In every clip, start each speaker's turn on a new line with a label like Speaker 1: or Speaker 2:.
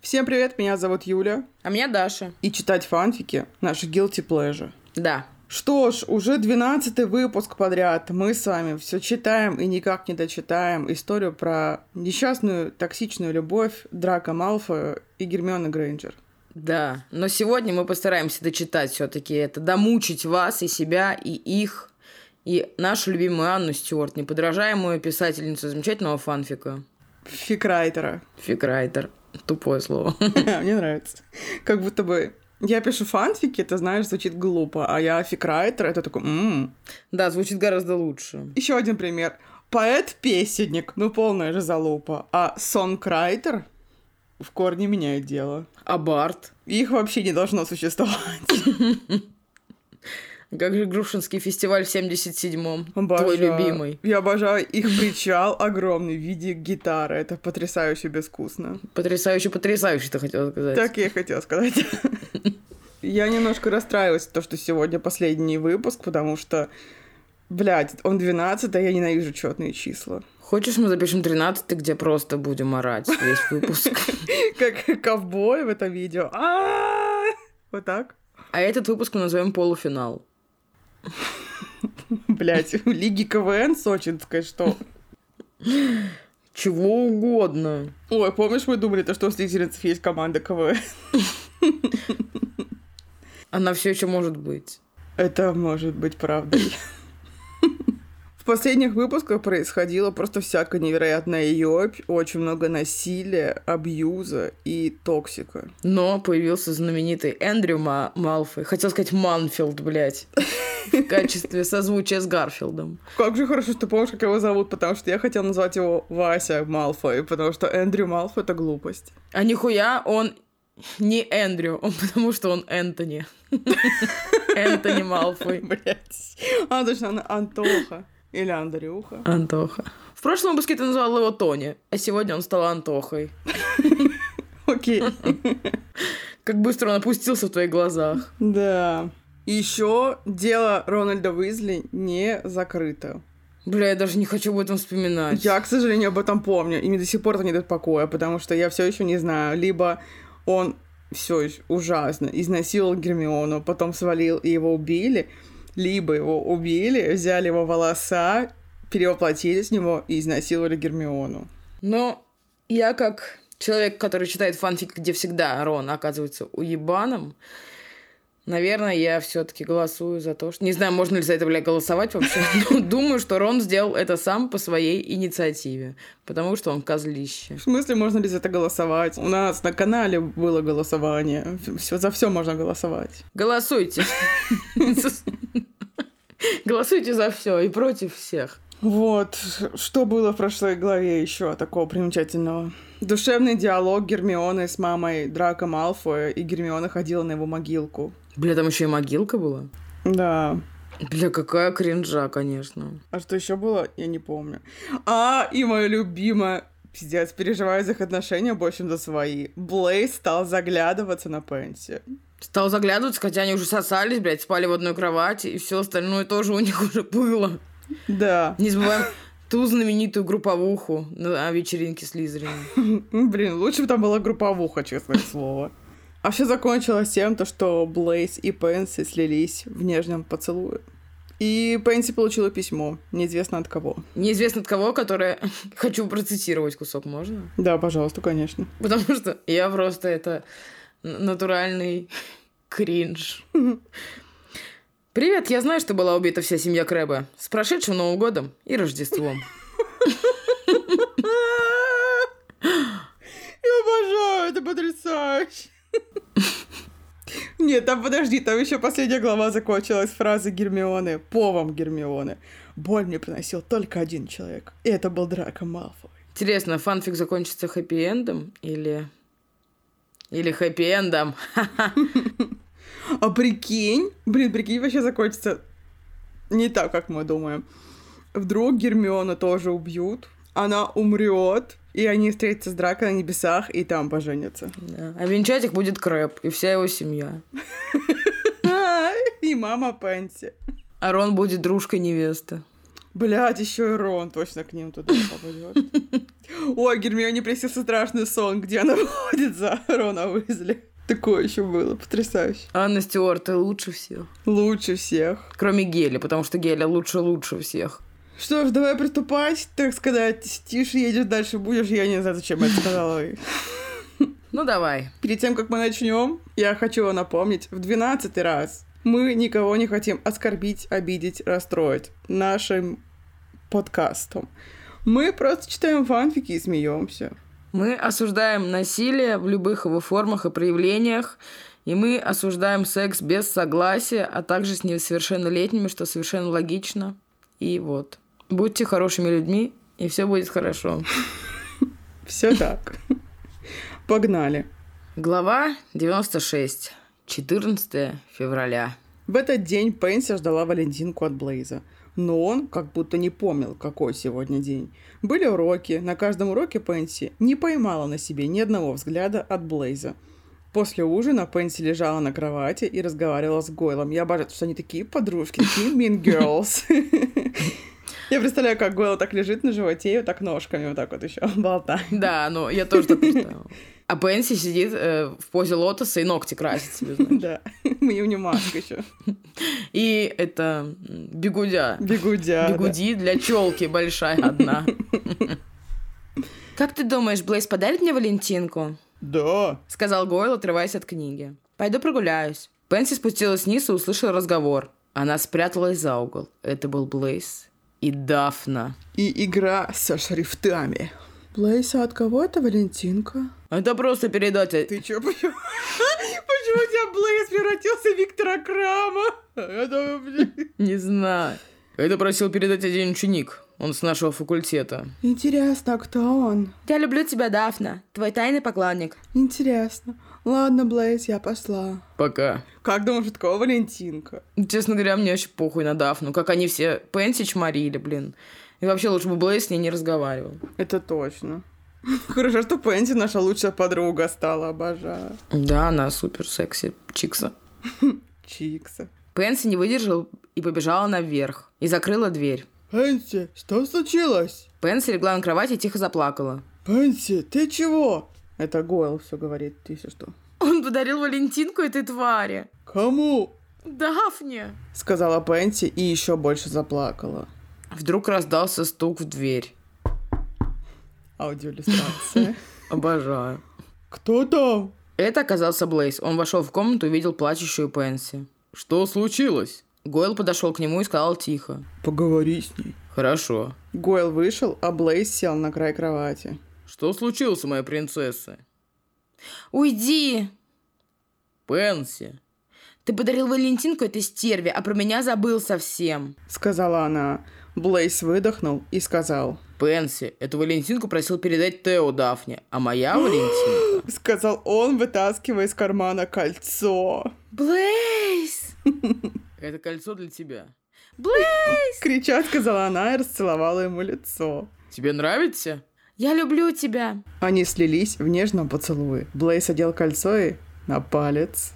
Speaker 1: Всем привет, меня зовут Юля.
Speaker 2: А меня Даша.
Speaker 1: И читать фанфики — наш guilty pleasure.
Speaker 2: Да.
Speaker 1: Что ж, уже 12 выпуск подряд. Мы с вами все читаем и никак не дочитаем историю про несчастную токсичную любовь Драка Малфа и Гермиона Грейнджер.
Speaker 2: Да. Но сегодня мы постараемся дочитать все-таки это, домучить вас и себя, и их, и нашу любимую Анну Стюарт, неподражаемую писательницу замечательного фанфика.
Speaker 1: Фикрайтера.
Speaker 2: Фикрайтер. Тупое слово.
Speaker 1: Мне нравится. Как будто бы я пишу фанфики, это, знаешь, звучит глупо, а я фикрайтер, это такой... «М-м». «М».
Speaker 2: Да, звучит гораздо лучше.
Speaker 1: Еще один пример. Поэт-песенник, ну полная же залупа. А сонграйтер в корне меняет дело.
Speaker 2: А Барт?
Speaker 1: Их вообще не должно существовать.
Speaker 2: Как же Грушинский фестиваль в 77-м?
Speaker 1: Обожаю.
Speaker 2: Твой любимый.
Speaker 1: Я обожаю их причал огромный в виде гитары. Это потрясающе безвкусно.
Speaker 2: Потрясающе, потрясающе, ты хотела сказать.
Speaker 1: Так я и хотела сказать. Я немножко расстраиваюсь, то, что сегодня последний выпуск, потому что, блядь, он 12, а я ненавижу четные числа.
Speaker 2: Хочешь, мы запишем 13 где просто будем орать весь выпуск?
Speaker 1: Как ковбой в этом видео. А-а-а! Вот так.
Speaker 2: А этот выпуск мы назовем полуфинал.
Speaker 1: Блядь, у Лиги КВН сочинской, что?
Speaker 2: Чего угодно.
Speaker 1: Ой, помнишь, мы думали, то, что у слизеринцев есть команда КВН?
Speaker 2: Она все еще может быть.
Speaker 1: Это может быть правдой. В последних выпусках происходило просто всякая невероятная ёбь, очень много насилия, абьюза и токсика.
Speaker 2: Но появился знаменитый Эндрю Ма- Малфой. Хотел сказать Манфилд, блядь. В качестве созвучия с Гарфилдом.
Speaker 1: Как же хорошо, что ты помнишь, как его зовут, потому что я хотела назвать его Вася Малфой, потому что Эндрю Малфой — это глупость.
Speaker 2: А нихуя он не Эндрю, он потому что он Энтони. Энтони Малфой.
Speaker 1: Блять. А, точно, она Антоха. Или Андрюха.
Speaker 2: Антоха. В прошлом выпуске ты назвал его Тони, а сегодня он стал Антохой.
Speaker 1: Окей.
Speaker 2: Как быстро он опустился в твоих глазах.
Speaker 1: Да. Еще дело Рональда Уизли не закрыто.
Speaker 2: Бля, я даже не хочу об этом вспоминать.
Speaker 1: Я, к сожалению, об этом помню, и мне до сих пор это не дает покоя, потому что я все еще не знаю, либо он все еще ужасно изнасиловал Гермиону, потом свалил и его убили, либо его убили, взяли его волоса, перевоплотили с него и изнасиловали Гермиону.
Speaker 2: Но я как человек, который читает фанфик, где всегда Рон оказывается уебаном, наверное, я все таки голосую за то, что... Не знаю, можно ли за это, бля, голосовать вообще. но Думаю, что Рон сделал это сам по своей инициативе, потому что он козлище.
Speaker 1: В смысле, можно ли за это голосовать? У нас на канале было голосование. Всё- за все можно голосовать.
Speaker 2: Голосуйте. Голосуйте за все и против всех.
Speaker 1: Вот, что было в прошлой главе еще такого примечательного? Душевный диалог Гермионы с мамой Драка Малфоя, и Гермиона ходила на его могилку.
Speaker 2: Бля, там еще и могилка была.
Speaker 1: Да.
Speaker 2: Бля, какая кринжа, конечно.
Speaker 1: А что еще было, я не помню. А, и мое любимое, пиздец, переживаю за их отношения больше, чем за свои. Блейз стал заглядываться на Пенси.
Speaker 2: Стал заглядываться, хотя они уже сосались, блядь, спали в одной кровати, и все остальное тоже у них уже было.
Speaker 1: Да.
Speaker 2: Не забываем ту знаменитую групповуху на вечеринке с Лизерином.
Speaker 1: Ну, Блин, лучше бы там была групповуха, честное слово. А все закончилось тем, то, что Блейз и Пенси слились в нежном поцелуе. И Пенси получила письмо, неизвестно от кого.
Speaker 2: Неизвестно от кого, которое... Хочу процитировать кусок, можно?
Speaker 1: Да, пожалуйста, конечно.
Speaker 2: Потому что я просто это н- натуральный кринж. Привет, я знаю, что была убита вся семья Крэба. С прошедшим Новым годом и Рождеством.
Speaker 1: Я обожаю, это потрясающе. Нет, там подожди, там еще последняя глава закончилась фразой Гермионы, повом Гермионы. Боль мне приносил только один человек, и это был Драко Малфой.
Speaker 2: Интересно, фанфик закончится хэппи-эндом или... Или хэппи-эндом?
Speaker 1: А прикинь, блин, прикинь, вообще закончится не так, как мы думаем. Вдруг Гермиона тоже убьют, она умрет, и они встретятся с Драко на небесах и там поженятся.
Speaker 2: Да. А венчать их будет Крэб и вся его семья.
Speaker 1: Ай, И мама Пенси.
Speaker 2: А Рон будет дружкой невесты.
Speaker 1: Блять, еще и Рон точно к ним туда попадет. Ой, Гермионе приснился страшный сон, где она выходит за Рона Уизли. Такое еще было, потрясающе.
Speaker 2: Анна Стюарт лучше всех.
Speaker 1: Лучше всех.
Speaker 2: Кроме Геля, потому что Геля лучше-лучше всех.
Speaker 1: Что ж, давай приступать, так сказать. Тише едешь, дальше будешь. Я не знаю, зачем я это сказала.
Speaker 2: Ну давай.
Speaker 1: Перед тем, как мы начнем, я хочу напомнить в 12 раз. Мы никого не хотим оскорбить, обидеть, расстроить нашим подкастом. Мы просто читаем фанфики и смеемся.
Speaker 2: Мы осуждаем насилие в любых его формах и проявлениях, и мы осуждаем секс без согласия, а также с несовершеннолетними, что совершенно логично. И вот. Будьте хорошими людьми, и все будет хорошо.
Speaker 1: Все так. Погнали.
Speaker 2: Глава 96. 14 февраля.
Speaker 1: В этот день Пенси ждала Валентинку от Блейза. Но он как будто не помнил, какой сегодня день. Были уроки. На каждом уроке Пенси не поймала на себе ни одного взгляда от Блейза. После ужина Пенси лежала на кровати и разговаривала с Гойлом. Я обожаю, что они такие подружки, такие mean girls. Я представляю, как Гойл так лежит на животе и вот так ножками вот так вот еще болтает.
Speaker 2: Да, ну я тоже так представила. А Пенси сидит э, в позе лотоса и ногти красит себе, знаешь.
Speaker 1: Да, мы не маска еще.
Speaker 2: И это м, бегудя.
Speaker 1: Бегудя. да.
Speaker 2: Бегуди для челки большая одна. Как ты думаешь, Блейс подарит мне Валентинку?
Speaker 1: Да.
Speaker 2: Сказал Гойл, отрываясь от книги. Пойду прогуляюсь. Пенси спустилась вниз и услышала разговор. Она спряталась за угол. Это был Блейс и Дафна.
Speaker 1: И игра со шрифтами. Блейса, от кого это Валентинка?
Speaker 2: Это просто передатель.
Speaker 1: Ты чё, почему? Почему у тебя Блейс превратился в Виктора Крама? Это, блин.
Speaker 2: Не знаю. Это просил передать один ученик. Он с нашего факультета.
Speaker 1: Интересно, а кто он?
Speaker 2: Я люблю тебя, Дафна. Твой тайный поклонник.
Speaker 1: Интересно. Ладно, Блейс, я пошла.
Speaker 2: Пока.
Speaker 1: Как думаешь, от кого Валентинка?
Speaker 2: Честно говоря, мне вообще похуй на Дафну. Как они все Пенси чморили, блин. И вообще лучше бы Блейс с ней не разговаривал.
Speaker 1: Это точно. Хорошо, что Пенси наша лучшая подруга стала, обожаю.
Speaker 2: Да, она супер секси чикса.
Speaker 1: Чикса.
Speaker 2: Пенси не выдержал и побежала наверх. И закрыла дверь.
Speaker 1: Пенси, что случилось?
Speaker 2: Пенси легла на кровать и тихо заплакала.
Speaker 1: Пенси, ты чего? Это Гойл все говорит, если что.
Speaker 2: Он подарил Валентинку этой твари.
Speaker 1: Кому?
Speaker 2: Дафне.
Speaker 1: Сказала Пенси и еще больше заплакала.
Speaker 2: Вдруг раздался стук в дверь.
Speaker 1: Аудиолюстрация.
Speaker 2: Обожаю.
Speaker 1: Кто там?
Speaker 2: Это оказался Блейз. Он вошел в комнату и увидел плачущую Пенси. Что случилось? Гойл подошел к нему и сказал тихо.
Speaker 1: Поговори с ней.
Speaker 2: Хорошо.
Speaker 1: Гойл вышел, а Блейз сел на край кровати.
Speaker 2: Что случилось, моя принцесса?
Speaker 3: Уйди!
Speaker 2: Пенси.
Speaker 3: Ты подарил Валентинку этой стерве, а про меня забыл совсем.
Speaker 1: Сказала она. Блейз выдохнул и сказал.
Speaker 2: Пенси, эту Валентинку просил передать Тео Дафне, а моя Валентинка...
Speaker 1: Сказал он, вытаскивая из кармана кольцо.
Speaker 3: Блейз!
Speaker 2: Это кольцо для тебя.
Speaker 3: Блейз!
Speaker 1: Крича, сказала она и расцеловала ему лицо.
Speaker 2: Тебе нравится?
Speaker 3: Я люблю тебя.
Speaker 1: Они слились в нежном поцелуе. Блейс одел кольцо и на палец.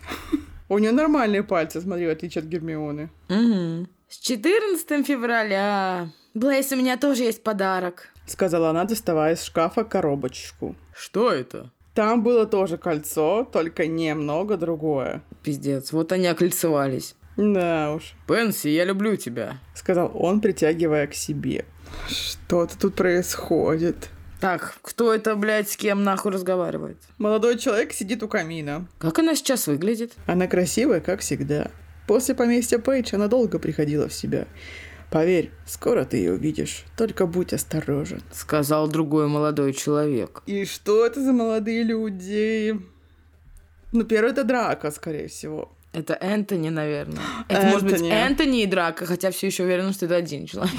Speaker 1: У нее нормальные пальцы, смотри, в отличие от Гермионы.
Speaker 2: Угу.
Speaker 3: С 14 февраля. Блейз, у меня тоже есть подарок.
Speaker 1: Сказала она, доставая из шкафа коробочку.
Speaker 2: Что это?
Speaker 1: Там было тоже кольцо, только немного другое.
Speaker 2: Пиздец, вот они окольцевались.
Speaker 1: Да уж,
Speaker 2: Пенси, я люблю тебя.
Speaker 1: сказал он, притягивая к себе. Что-то тут происходит.
Speaker 2: Так, кто это, блядь, с кем нахуй разговаривает?
Speaker 1: Молодой человек сидит у камина.
Speaker 2: Как она сейчас выглядит?
Speaker 1: Она красивая, как всегда. После поместья Пейдж она долго приходила в себя. Поверь, скоро ты ее увидишь, только будь осторожен.
Speaker 2: Сказал другой молодой человек.
Speaker 1: И что это за молодые люди? Ну, первый это драка, скорее всего.
Speaker 2: Это Энтони, наверное. Это может быть
Speaker 1: Энтони.
Speaker 2: Энтони и Драка, хотя все еще уверена, что это один человек.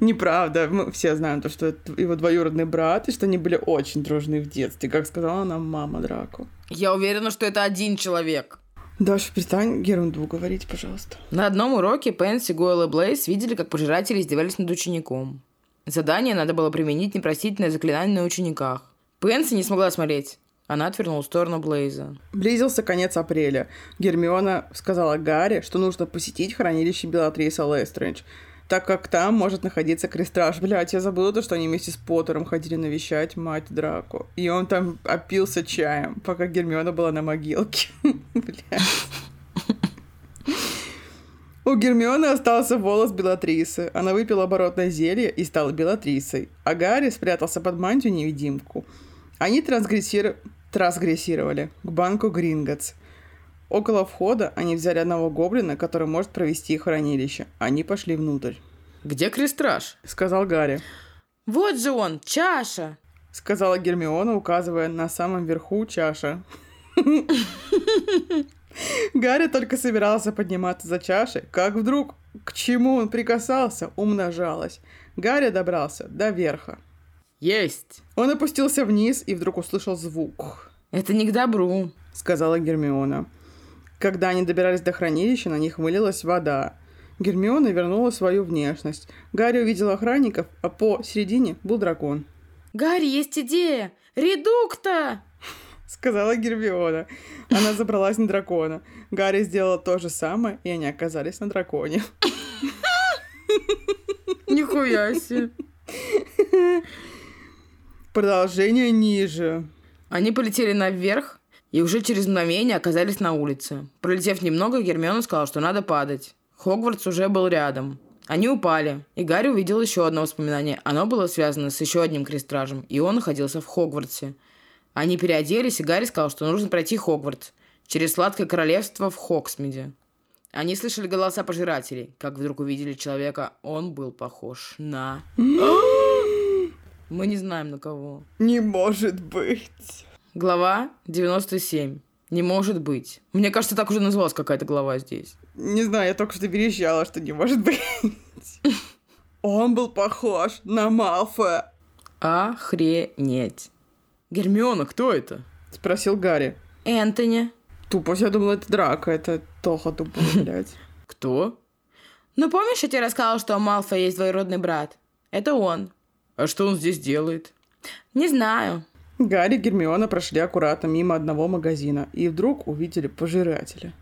Speaker 1: Неправда, мы все знаем то, что это его двоюродный брат, и что они были очень дружны в детстве, как сказала нам мама Драку.
Speaker 2: Я уверена, что это один человек.
Speaker 1: Даша, перестань ерунду говорить, пожалуйста.
Speaker 2: На одном уроке Пенси, Гойл и Блейс видели, как пожиратели издевались над учеником. Задание надо было применить непростительное заклинание на учениках. Пенси не смогла смотреть. Она отвернула в сторону Блейза.
Speaker 1: Близился конец апреля. Гермиона сказала Гарри, что нужно посетить хранилище Белатриса Лестрендж. так как там может находиться Крестраж. Блядь, я забыла то, что они вместе с Поттером ходили навещать мать Драку. И он там опился чаем, пока Гермиона была на могилке. Блядь. У Гермионы остался волос Белатрисы. Она выпила оборотное зелье и стала Белатрисой. А Гарри спрятался под мантию-невидимку. Они трансгрессир... трансгрессировали к банку Гринготс. Около входа они взяли одного гоблина, который может провести их в хранилище. Они пошли внутрь.
Speaker 2: Где крестраж?
Speaker 1: Сказал Гарри.
Speaker 3: Вот же он, чаша.
Speaker 1: Сказала Гермиона, указывая на самом верху чаша. Гарри только собирался подниматься за чашей, как вдруг к чему он прикасался, умножалось. Гарри добрался до верха.
Speaker 2: Есть.
Speaker 1: Он опустился вниз и вдруг услышал звук,
Speaker 2: Это не к добру.
Speaker 1: сказала Гермиона. Когда они добирались до хранилища, на них вылилась вода. Гермиона вернула свою внешность. Гарри увидел охранников, а посередине был дракон.
Speaker 3: Гарри, есть идея. Редукта!
Speaker 1: Сказала Гермиона. Она забралась на дракона. Гарри сделала то же самое, и они оказались на драконе.
Speaker 2: Нихуя себе.
Speaker 1: Продолжение ниже.
Speaker 2: Они полетели наверх и уже через мгновение оказались на улице. Пролетев немного, Гермиона сказала, что надо падать. Хогвартс уже был рядом. Они упали, и Гарри увидел еще одно воспоминание. Оно было связано с еще одним крестражем, и он находился в Хогвартсе. Они переоделись, и Гарри сказал, что нужно пройти Хогвартс через сладкое королевство в Хоксмиде. Они слышали голоса пожирателей. Как вдруг увидели человека, он был похож на... Мы не знаем на кого.
Speaker 1: Не может быть.
Speaker 2: Глава 97. Не может быть. Мне кажется, так уже называлась какая-то глава здесь.
Speaker 1: Не знаю, я только что верещала, что не может быть. Он был похож на Малфоя.
Speaker 2: Охренеть. Гермиона, кто это?
Speaker 1: Спросил Гарри.
Speaker 3: Энтони.
Speaker 1: Тупо, я думала, это драка, это Тоха тупо, блядь.
Speaker 2: Кто?
Speaker 3: Ну помнишь, я тебе рассказала, что у Малфоя есть двоюродный брат? Это он.
Speaker 2: А что он здесь делает?
Speaker 3: Не знаю.
Speaker 1: Гарри и Гермиона прошли аккуратно мимо одного магазина и вдруг увидели пожирателя.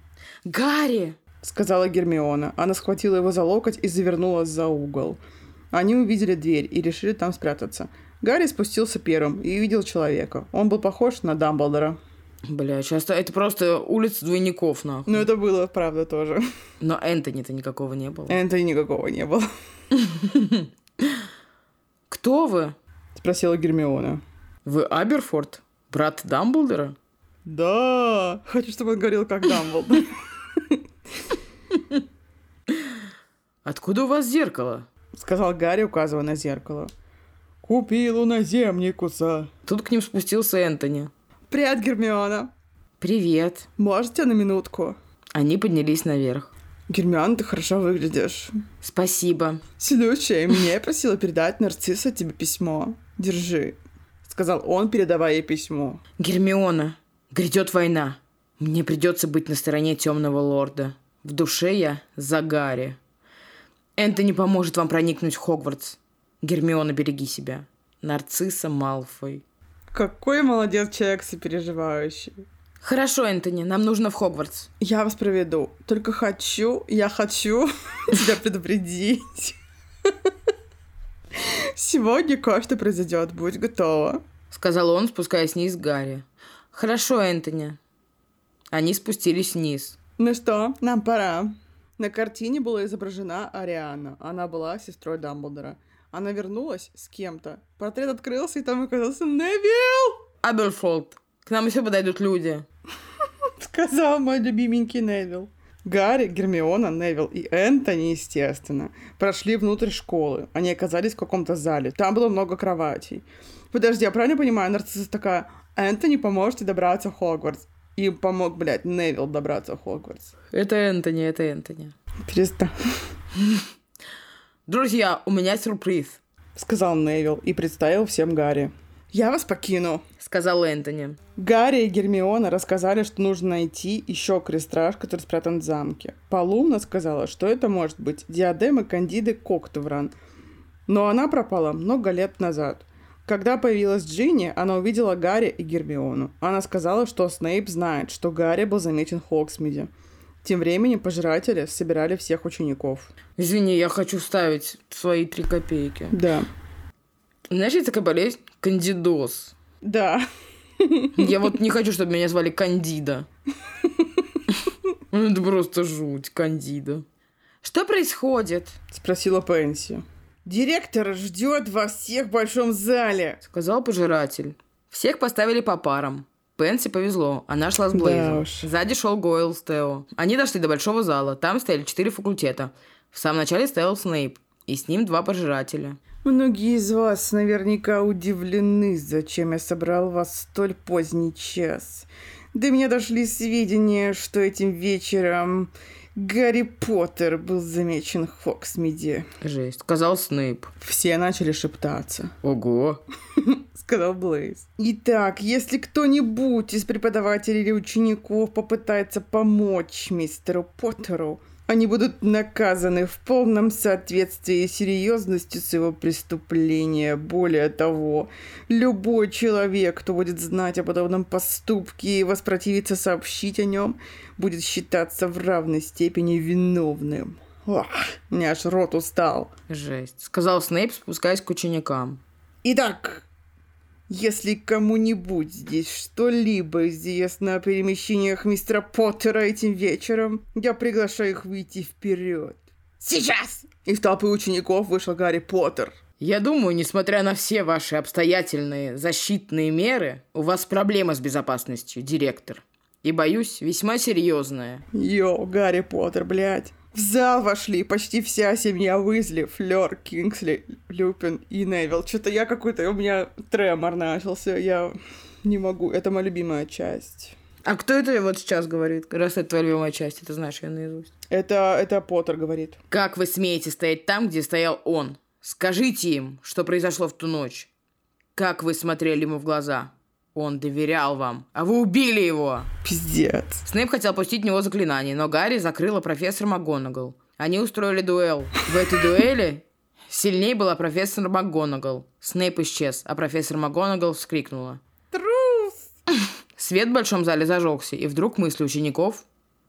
Speaker 3: Гарри!
Speaker 1: Сказала Гермиона. Она схватила его за локоть и завернула за угол. Они увидели дверь и решили там спрятаться. Гарри спустился первым и увидел человека. Он был похож на Дамблдора.
Speaker 2: Бля, сейчас это просто улица двойников, нахуй.
Speaker 1: Но это было, правда, тоже.
Speaker 2: Но Энтони-то никакого не было.
Speaker 1: Энтони никакого не было.
Speaker 2: Кто вы?
Speaker 1: Спросила Гермиона.
Speaker 2: Вы Аберфорд? Брат Дамблдора?
Speaker 1: Да, хочу, чтобы он говорил как Дамблдор.
Speaker 2: Откуда у вас зеркало?
Speaker 1: Сказал Гарри, указывая на зеркало. Купил у наземникуса.
Speaker 2: Тут к ним спустился Энтони.
Speaker 1: Привет, Гермиона.
Speaker 2: Привет.
Speaker 1: Можете на минутку?
Speaker 2: Они поднялись наверх.
Speaker 1: Гермиона, ты хорошо выглядишь.
Speaker 2: Спасибо.
Speaker 1: Слушай, меня я просила передать нарцисса тебе письмо. Держи. Сказал он, передавая ей письмо.
Speaker 2: Гермиона, грядет война. Мне придется быть на стороне темного лорда. В душе я за Гарри. Энтони поможет вам проникнуть в Хогвартс. Гермиона, береги себя. Нарцисса Малфой.
Speaker 1: Какой молодец человек сопереживающий.
Speaker 3: Хорошо, Энтони, нам нужно в Хогвартс.
Speaker 1: Я вас проведу. Только хочу, я хочу тебя предупредить. Сегодня кое-что произойдет. Будь готова.
Speaker 2: Сказал он, спускаясь вниз к Гарри.
Speaker 3: Хорошо, Энтони.
Speaker 2: Они спустились вниз.
Speaker 1: Ну что, нам пора. На картине была изображена Ариана. Она была сестрой Дамблдора. Она вернулась с кем-то. Портрет открылся, и там оказался Невил!
Speaker 2: Аберфолд, к нам еще подойдут люди.
Speaker 1: Сказал мой любименький Невил. Гарри, Гермиона, Невил и Энтони, естественно, прошли внутрь школы. Они оказались в каком-то зале. Там было много кроватей. Подожди, я правильно понимаю, нарцисса такая, Энтони, поможете добраться в Хогвартс. Им помог, блядь, Невил добраться в Хогвартс.
Speaker 2: Это Энтони, это Энтони.
Speaker 1: Перестань.
Speaker 2: Друзья, у меня сюрприз,
Speaker 1: — сказал Невил и представил всем Гарри. «Я вас покину».
Speaker 2: сказал Энтони.
Speaker 1: Гарри и Гермиона рассказали, что нужно найти еще крестраж, который спрятан в замке. Полумна сказала, что это может быть диадема Кандиды Коктевран, но она пропала много лет назад. Когда появилась Джинни, она увидела Гарри и Гермиону. Она сказала, что Снейп знает, что Гарри был замечен в Хоксмиде. Тем временем пожиратели собирали всех учеников.
Speaker 2: Извини, я хочу вставить свои три копейки.
Speaker 1: Да.
Speaker 2: Знаешь, есть такая болезнь? Кандидоз.
Speaker 1: Да.
Speaker 2: Я вот не хочу, чтобы меня звали Кандида. Ну, Это просто жуть, Кандида.
Speaker 3: Что происходит?
Speaker 1: Спросила Пенси. Директор ждет вас всех в большом зале.
Speaker 2: Сказал пожиратель. Всех поставили по парам. Пенси повезло, она шла с
Speaker 1: Да
Speaker 2: Блейзом.
Speaker 1: уж.
Speaker 2: Сзади шел Гойл с Тео. Они дошли до большого зала, там стояли четыре факультета. В самом начале стоял Снейп, и с ним два пожирателя.
Speaker 1: Многие из вас наверняка удивлены, зачем я собрал вас в столь поздний час. До меня дошли сведения, что этим вечером Гарри Поттер был замечен в Хоксмиде.
Speaker 2: Жесть, сказал Снейп.
Speaker 1: Все начали шептаться.
Speaker 2: Ого.
Speaker 1: сказал Блейз. Итак, если кто-нибудь из преподавателей или учеников попытается помочь мистеру Поттеру, они будут наказаны в полном соответствии с серьезностью своего преступления. Более того, любой человек, кто будет знать о подобном поступке и воспротивится сообщить о нем, будет считаться в равной степени виновным. Ох, у меня аж рот устал.
Speaker 2: Жесть, сказал Снейп, спускаясь к ученикам.
Speaker 1: Итак, если кому-нибудь здесь что-либо известно о перемещениях мистера Поттера этим вечером, я приглашаю их выйти вперед. Сейчас! Из толпы учеников вышел Гарри Поттер.
Speaker 2: Я думаю, несмотря на все ваши обстоятельные защитные меры, у вас проблема с безопасностью, директор. И, боюсь, весьма серьезная.
Speaker 1: Йо, Гарри Поттер, блядь. В зал вошли почти вся семья Уизли, Флёр, Кингсли, Люпин и Невил. Что-то я какой-то... У меня тремор начался. Я не могу. Это моя любимая часть.
Speaker 2: А кто это вот сейчас говорит? Раз это твоя любимая часть, ты знаешь ее наизусть.
Speaker 1: Это, это Поттер говорит.
Speaker 2: Как вы смеете стоять там, где стоял он? Скажите им, что произошло в ту ночь. Как вы смотрели ему в глаза? Он доверял вам, а вы убили его.
Speaker 1: Пиздец.
Speaker 2: Снейп хотел пустить в него заклинание, но Гарри закрыла профессор МакГонагал. Они устроили дуэл. В этой дуэли сильнее была профессор МакГонагал. Снейп исчез, а профессор МакГонагал вскрикнула.
Speaker 1: Трус!
Speaker 2: Свет в большом зале зажегся, и вдруг в мысли учеников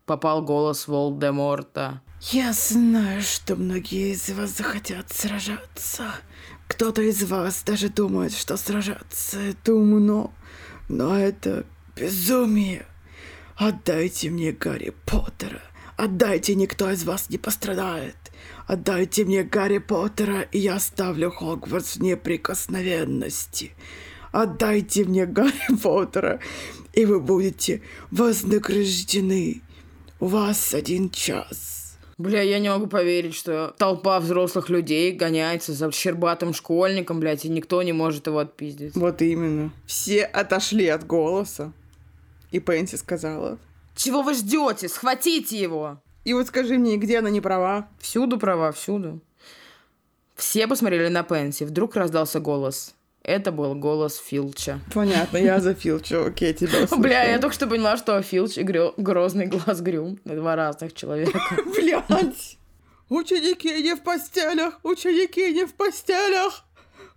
Speaker 2: попал голос Волдеморта.
Speaker 1: Я знаю, что многие из вас захотят сражаться. Кто-то из вас даже думает, что сражаться — это умно. Но это безумие. Отдайте мне Гарри Поттера. Отдайте, никто из вас не пострадает. Отдайте мне Гарри Поттера, и я оставлю Хогвартс в неприкосновенности. Отдайте мне Гарри Поттера, и вы будете вознаграждены. У вас один час.
Speaker 2: Бля, я не могу поверить, что толпа взрослых людей гоняется за щербатым школьником, блядь, и никто не может его отпиздить.
Speaker 1: Вот именно. Все отошли от голоса. И Пенси сказала.
Speaker 3: Чего вы ждете? Схватите его!
Speaker 1: И вот скажи мне, где она не права?
Speaker 2: Всюду права, всюду. Все посмотрели на Пенси. Вдруг раздался голос. Это был голос Филча.
Speaker 1: Понятно, я за Филча, окей, тебя услышала.
Speaker 2: Бля, я только что поняла, что Филч и Грё- грозный глаз Грюм. Это два разных человека.
Speaker 1: Блядь! Ученики не в постелях! Ученики не в постелях!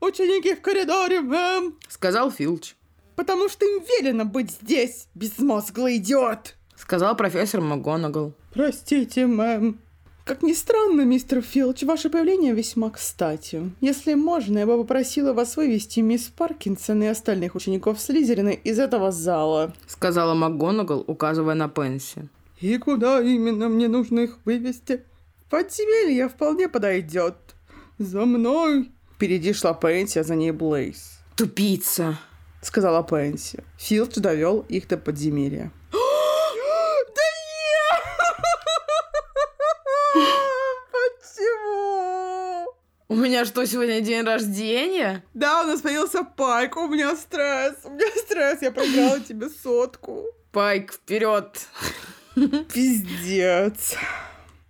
Speaker 1: Ученики в коридоре, мэм!
Speaker 2: Сказал Филч.
Speaker 1: Потому что им велено быть здесь, безмозглый идиот!
Speaker 2: Сказал профессор МакГонагал.
Speaker 1: Простите, мэм. Как ни странно, мистер Филч, ваше появление весьма кстати. Если можно, я бы попросила вас вывести мисс Паркинсон и остальных учеников Слизерина из этого зала.
Speaker 2: Сказала МакГонагал, указывая на Пенси.
Speaker 1: И куда именно мне нужно их вывести? Подземелье вполне подойдет. За мной. Впереди шла Пенси, а за ней Блейз.
Speaker 2: Тупица.
Speaker 1: Сказала Пенси. Филч довел их до подземелья. Да Почему?
Speaker 2: У меня что, сегодня день рождения?
Speaker 1: Да, у нас появился Пайк, у меня стресс, у меня стресс, я проиграла тебе сотку.
Speaker 2: Пайк, вперед!
Speaker 1: Пиздец.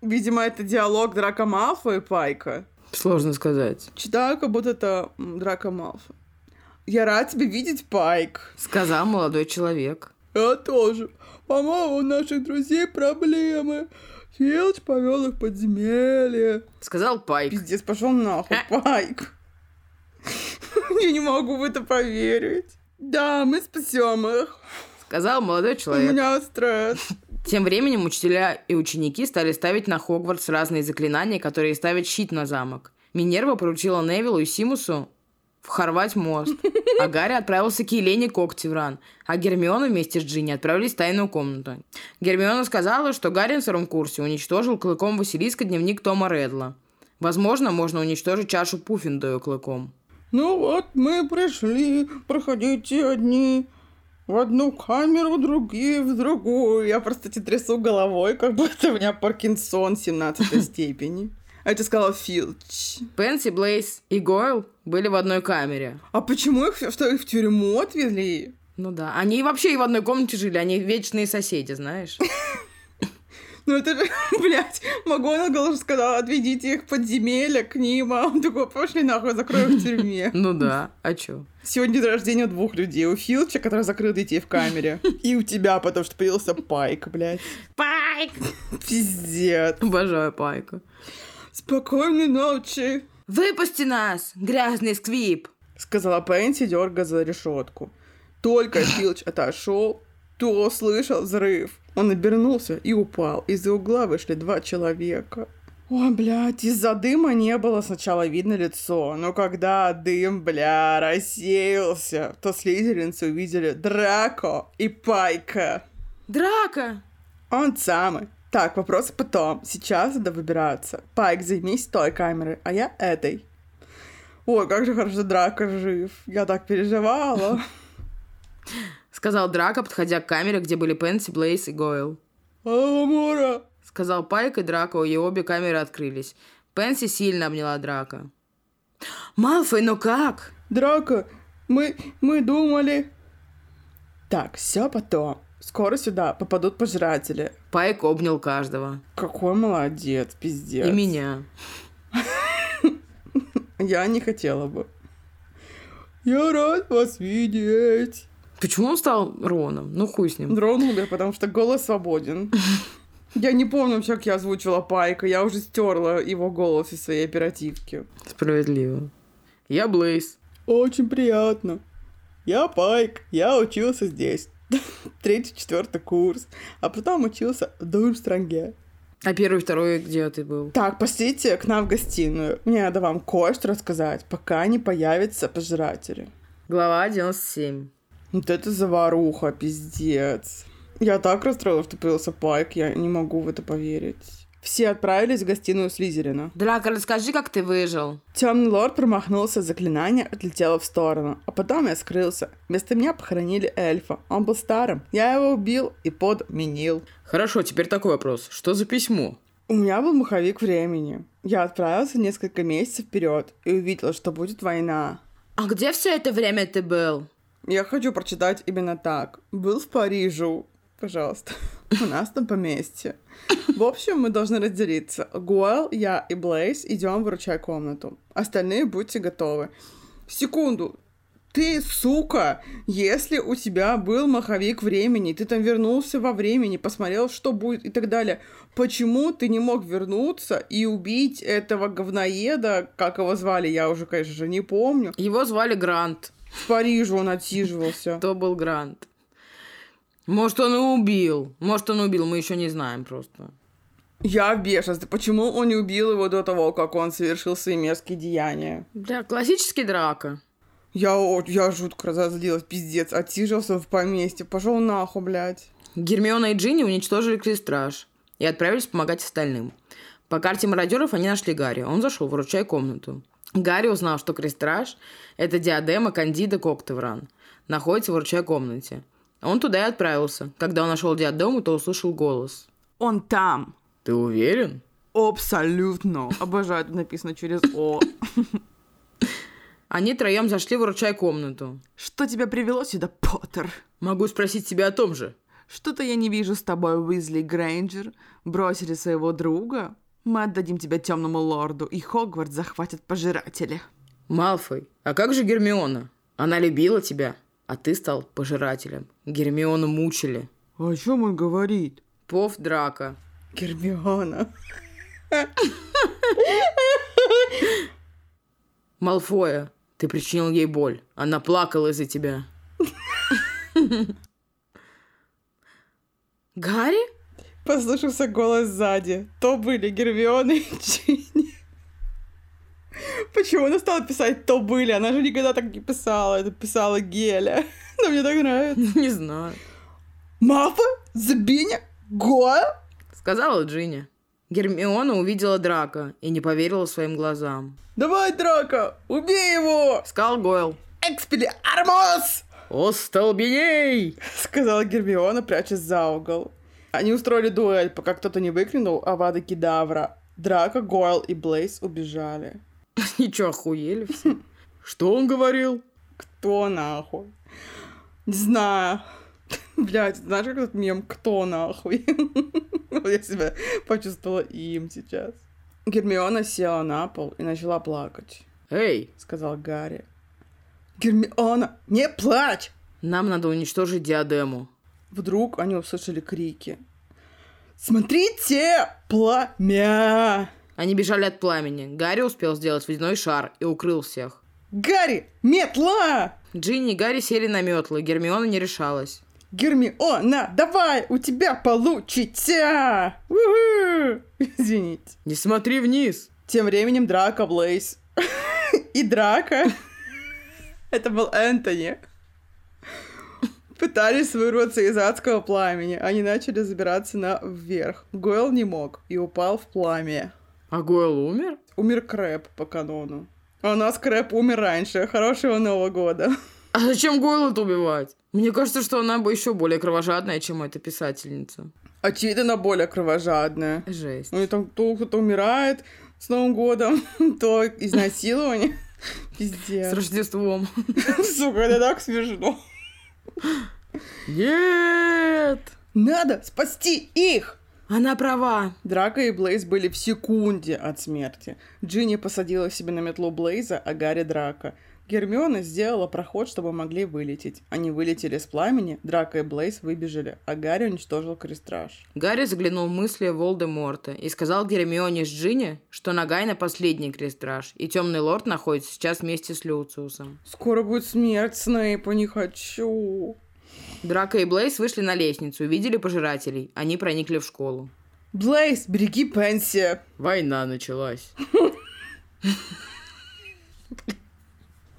Speaker 1: Видимо, это диалог Драка Малфа и Пайка.
Speaker 2: Сложно сказать.
Speaker 1: Читаю, как будто это м, Драка Малфа. Я рад тебя видеть, Пайк.
Speaker 2: Сказал молодой человек.
Speaker 1: Я тоже. По-моему, у наших друзей проблемы. Филч повел их в подземелье.
Speaker 2: Сказал Пайк.
Speaker 1: Пиздец, пошел нахуй, Пайк. Я не могу в это поверить. Да, мы спасем их.
Speaker 2: Сказал молодой
Speaker 1: У
Speaker 2: человек.
Speaker 1: меня стресс.
Speaker 2: Тем временем учителя и ученики стали ставить на Хогвартс разные заклинания, которые ставят щит на замок. Минерва поручила Невилу и Симусу вхорвать мост, а Гарри отправился к Елене Когтевран, а Гермиона вместе с Джинни отправились в тайную комнату. Гермиона сказала, что Гарри на втором курсе уничтожил клыком Василиска дневник Тома Редла. Возможно, можно уничтожить чашу Пуффиндою клыком.
Speaker 1: Ну вот мы пришли, проходите одни в одну камеру, другие в другую. Я просто эти трясу головой, как будто у меня Паркинсон 17 степени. А я тебе сказала Филч.
Speaker 2: Пенси, Блейз и Гойл были в одной камере.
Speaker 1: А почему их, что их в тюрьму отвезли?
Speaker 2: Ну да, они вообще и в одной комнате жили, они вечные соседи, знаешь.
Speaker 1: Ну это же, блядь, Магонагал же сказал, отведите их в подземелье к ним, а он такой, пошли нахуй, закрою их в тюрьме.
Speaker 2: Ну да, а чё?
Speaker 1: Сегодня день рождения у двух людей. У Филча, который закрыл детей в камере, и у тебя, потому что появился Пайк, блядь.
Speaker 3: Пайк!
Speaker 1: Пиздец.
Speaker 2: Обожаю Пайка.
Speaker 1: Спокойной ночи,
Speaker 2: Выпусти нас, грязный сквип!
Speaker 1: сказала Пенси, дергая за решетку. Только Филч отошел, то услышал взрыв. Он обернулся и упал. Из-за угла вышли два человека. Ой, блядь, из-за дыма не было сначала видно лицо, но когда дым, бля, рассеялся, то слизеринцы увидели Драко и Пайка.
Speaker 2: Драка!
Speaker 1: Он самый. Так, вопрос потом. Сейчас надо выбираться. Пайк, займись той камерой, а я этой. Ой, как же хорошо, что Драко жив. Я так переживала.
Speaker 2: Сказал Драка, подходя к камере, где были Пенси, Блейз и Гойл.
Speaker 1: Аламора.
Speaker 2: Сказал Пайк и Драко, и обе камеры открылись. Пенси сильно обняла Драка. Малфой, ну как?
Speaker 1: Драко, мы, мы думали... Так, все потом. Скоро сюда попадут пожиратели.
Speaker 2: Пайк обнял каждого.
Speaker 1: Какой молодец, пиздец.
Speaker 2: И меня.
Speaker 1: Я не хотела бы. Я рад вас видеть.
Speaker 2: Почему он стал Роном? Ну хуй с ним.
Speaker 1: Дронули, потому что голос свободен. Я не помню вообще, как я озвучила Пайка. Я уже стерла его голос из своей оперативки.
Speaker 2: Справедливо. Я Блейз.
Speaker 1: Очень приятно. Я Пайк. Я учился здесь. Третий, четвертый курс. А потом учился в Дурстранге.
Speaker 2: А первый, второй, где ты был?
Speaker 1: Так, пошлите к нам в гостиную. Мне надо вам кое-что рассказать, пока не появятся пожиратели.
Speaker 2: Глава 97.
Speaker 1: Вот это заваруха, пиздец. Я так расстроилась, что появился Пайк, я не могу в это поверить. Все отправились в гостиную Слизерина.
Speaker 2: Драка, расскажи, как ты выжил.
Speaker 1: Темный лорд промахнулся, заклинание отлетело в сторону, а потом я скрылся. Вместо меня похоронили эльфа. Он был старым, я его убил и подменил.
Speaker 2: Хорошо, теперь такой вопрос. Что за письмо?
Speaker 1: У меня был маховик времени. Я отправился несколько месяцев вперед и увидел, что будет война.
Speaker 2: А где все это время ты был?
Speaker 1: Я хочу прочитать именно так. Был в Парижу. Пожалуйста. У нас там поместье. В общем, мы должны разделиться. Гуэл, я и Блейз идем выручай комнату. Остальные будьте готовы. Секунду. Ты, сука, если у тебя был маховик времени, ты там вернулся во времени, посмотрел, что будет и так далее, почему ты не мог вернуться и убить этого говноеда, как его звали, я уже, конечно же, не помню.
Speaker 2: Его звали Грант.
Speaker 1: В Париже он отсиживался.
Speaker 2: Кто был Грант? Может, он и убил. Может, он убил, мы еще не знаем просто.
Speaker 1: Я в бешенстве. Почему он не убил его до того, как он совершил свои мерзкие деяния?
Speaker 2: Да, классический драка.
Speaker 1: Я, о- я жутко разозлилась, пиздец. Отсиживался в поместье. Пошел нахуй, блядь.
Speaker 2: Гермиона и Джинни уничтожили крестраж и отправились помогать остальным. По карте мародеров они нашли Гарри. Он зашел в ручай комнату. Гарри узнал, что крестраж – это диадема Кандида Коктевран. Находится в ручай комнате. Он туда и отправился. Когда он нашел диадему, то услышал голос.
Speaker 1: Он там.
Speaker 2: Ты уверен?
Speaker 1: Абсолютно. Обожаю, тут написано через О.
Speaker 2: Они троем зашли в ручай комнату.
Speaker 1: Что тебя привело сюда, Поттер?
Speaker 2: Могу спросить тебя о том же.
Speaker 1: Что-то я не вижу с тобой, Уизли Грейнджер. Бросили своего друга. Мы отдадим тебя темному лорду, и Хогвартс захватят пожиратели.
Speaker 2: Малфой, а как же Гермиона? Она любила тебя, а ты стал пожирателем. Гермиону мучили.
Speaker 1: О чем он говорит?
Speaker 2: Пов драка.
Speaker 1: Гермиона.
Speaker 2: Малфоя, ты причинил ей боль. Она плакала из-за тебя. Гарри?
Speaker 1: Послышался голос сзади. То были Гермиона и Джинни. Почему она стала писать «то были»? Она же никогда так не писала. Это писала Геля. Но мне так нравится.
Speaker 2: Не знаю.
Speaker 1: Мафа, Забиня, Гоа.
Speaker 2: Сказала Джинни. Гермиона увидела Драка и не поверила своим глазам.
Speaker 1: Давай, Драка, убей его!
Speaker 2: Сказал Гойл.
Speaker 1: Экспели Армос!
Speaker 2: «Остолбеней!»
Speaker 1: Сказала Гермиона, прячась за угол. Они устроили дуэль, пока кто-то не выкрикнул Авада Кедавра. Драка, Гойл и Блейз убежали.
Speaker 2: Ничего, охуели все. Что он говорил?
Speaker 1: Кто нахуй? Не знаю. Блять, знаешь, как этот мем «Кто нахуй?» Вот Я себя почувствовала им сейчас. Гермиона села на пол и начала плакать,
Speaker 2: Эй,
Speaker 1: сказал Гарри. Гермиона, не плачь!
Speaker 2: нам надо уничтожить диадему.
Speaker 1: Вдруг они услышали крики. Смотрите, пламя!
Speaker 2: Они бежали от пламени. Гарри успел сделать водяной шар и укрыл всех.
Speaker 1: Гарри, метла!
Speaker 2: Джинни и Гарри сели на метлы. Гермиона не решалась.
Speaker 1: Гермиона, давай, у тебя получится! Уху! Извините.
Speaker 2: Не смотри вниз.
Speaker 1: Тем временем драка Блейз. И драка. Это был Энтони. Пытались вырваться из адского пламени. Они начали забираться наверх. Гойл не мог и упал в пламя.
Speaker 2: А Гойл умер?
Speaker 1: Умер Крэп по канону. А у нас Крэп умер раньше. Хорошего Нового года.
Speaker 2: А зачем Гойла-то убивать? Мне кажется, что она бы еще более кровожадная, чем эта писательница.
Speaker 1: Очевидно, более кровожадная.
Speaker 2: Жесть.
Speaker 1: У нее там то кто-то умирает с Новым годом, то изнасилование.
Speaker 2: С
Speaker 1: Пиздец.
Speaker 2: Рождеством.
Speaker 1: Сука, это так смешно.
Speaker 2: Нет!
Speaker 1: Надо спасти их!
Speaker 2: Она права.
Speaker 1: Драка и Блейз были в секунде от смерти. Джинни посадила себе на метлу Блейза, а Гарри Драка. Гермиона сделала проход, чтобы могли вылететь. Они вылетели с пламени, Драка и Блейз выбежали, а Гарри уничтожил крестраж.
Speaker 2: Гарри заглянул в мысли Волдеморта и сказал Гермионе с Джинни, что Нагайна последний крестраж, и Темный Лорд находится сейчас вместе с Люциусом.
Speaker 1: Скоро будет смерть, Снейпа, не хочу.
Speaker 2: Драка и Блейс вышли на лестницу, увидели пожирателей. Они проникли в школу.
Speaker 1: Блейз, береги Пенси.
Speaker 2: Война началась.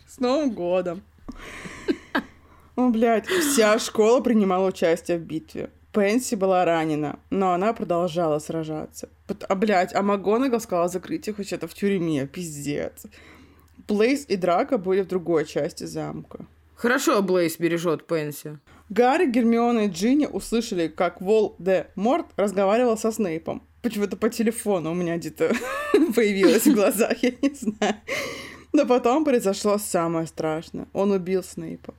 Speaker 1: С Новым годом! О, блядь, вся школа принимала участие в битве. Пенси была ранена, но она продолжала сражаться. Пот- А, блядь, а МакГонагал сказала закрыть их вообще-то в тюрьме, пиздец. Блейз и Драка были в другой части замка.
Speaker 2: Хорошо, Блейс бережет Пенси.
Speaker 1: Гарри, Гермиона и Джинни услышали, как Вол де Морт разговаривал со Снейпом. Почему-то по телефону у меня где-то появилось в глазах, я не знаю. Но потом произошло самое страшное. Он убил Снейпа.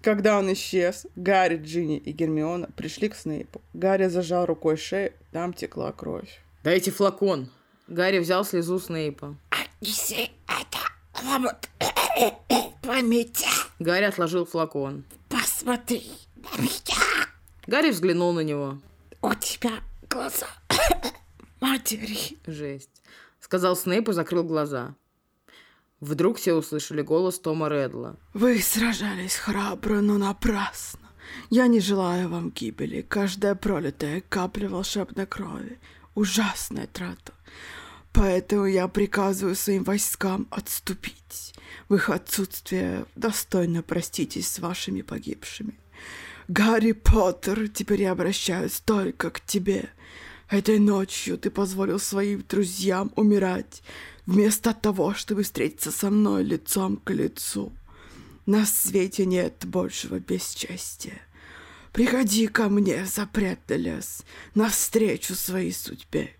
Speaker 1: Когда он исчез, Гарри, Джинни и Гермиона пришли к Снейпу. Гарри зажал рукой шею, там текла кровь.
Speaker 2: Дайте флакон. Гарри взял слезу Снейпа.
Speaker 4: Неси это вам память.
Speaker 2: Гарри отложил флакон.
Speaker 4: Посмотри на меня.
Speaker 2: Гарри взглянул на него.
Speaker 4: У тебя глаза матери.
Speaker 2: Жесть. Сказал Снейп и закрыл глаза. Вдруг все услышали голос Тома Редла.
Speaker 1: Вы сражались храбро, но напрасно. Я не желаю вам гибели. Каждая пролитая капля волшебной крови — ужасная трата. Поэтому я приказываю своим войскам отступить. В их отсутствие достойно проститесь с вашими погибшими. Гарри Поттер, теперь я обращаюсь только к тебе. Этой ночью ты позволил своим друзьям умирать, вместо того, чтобы встретиться со мной лицом к лицу. На свете нет большего бесчестия. Приходи ко мне в запретный лес, навстречу своей судьбе.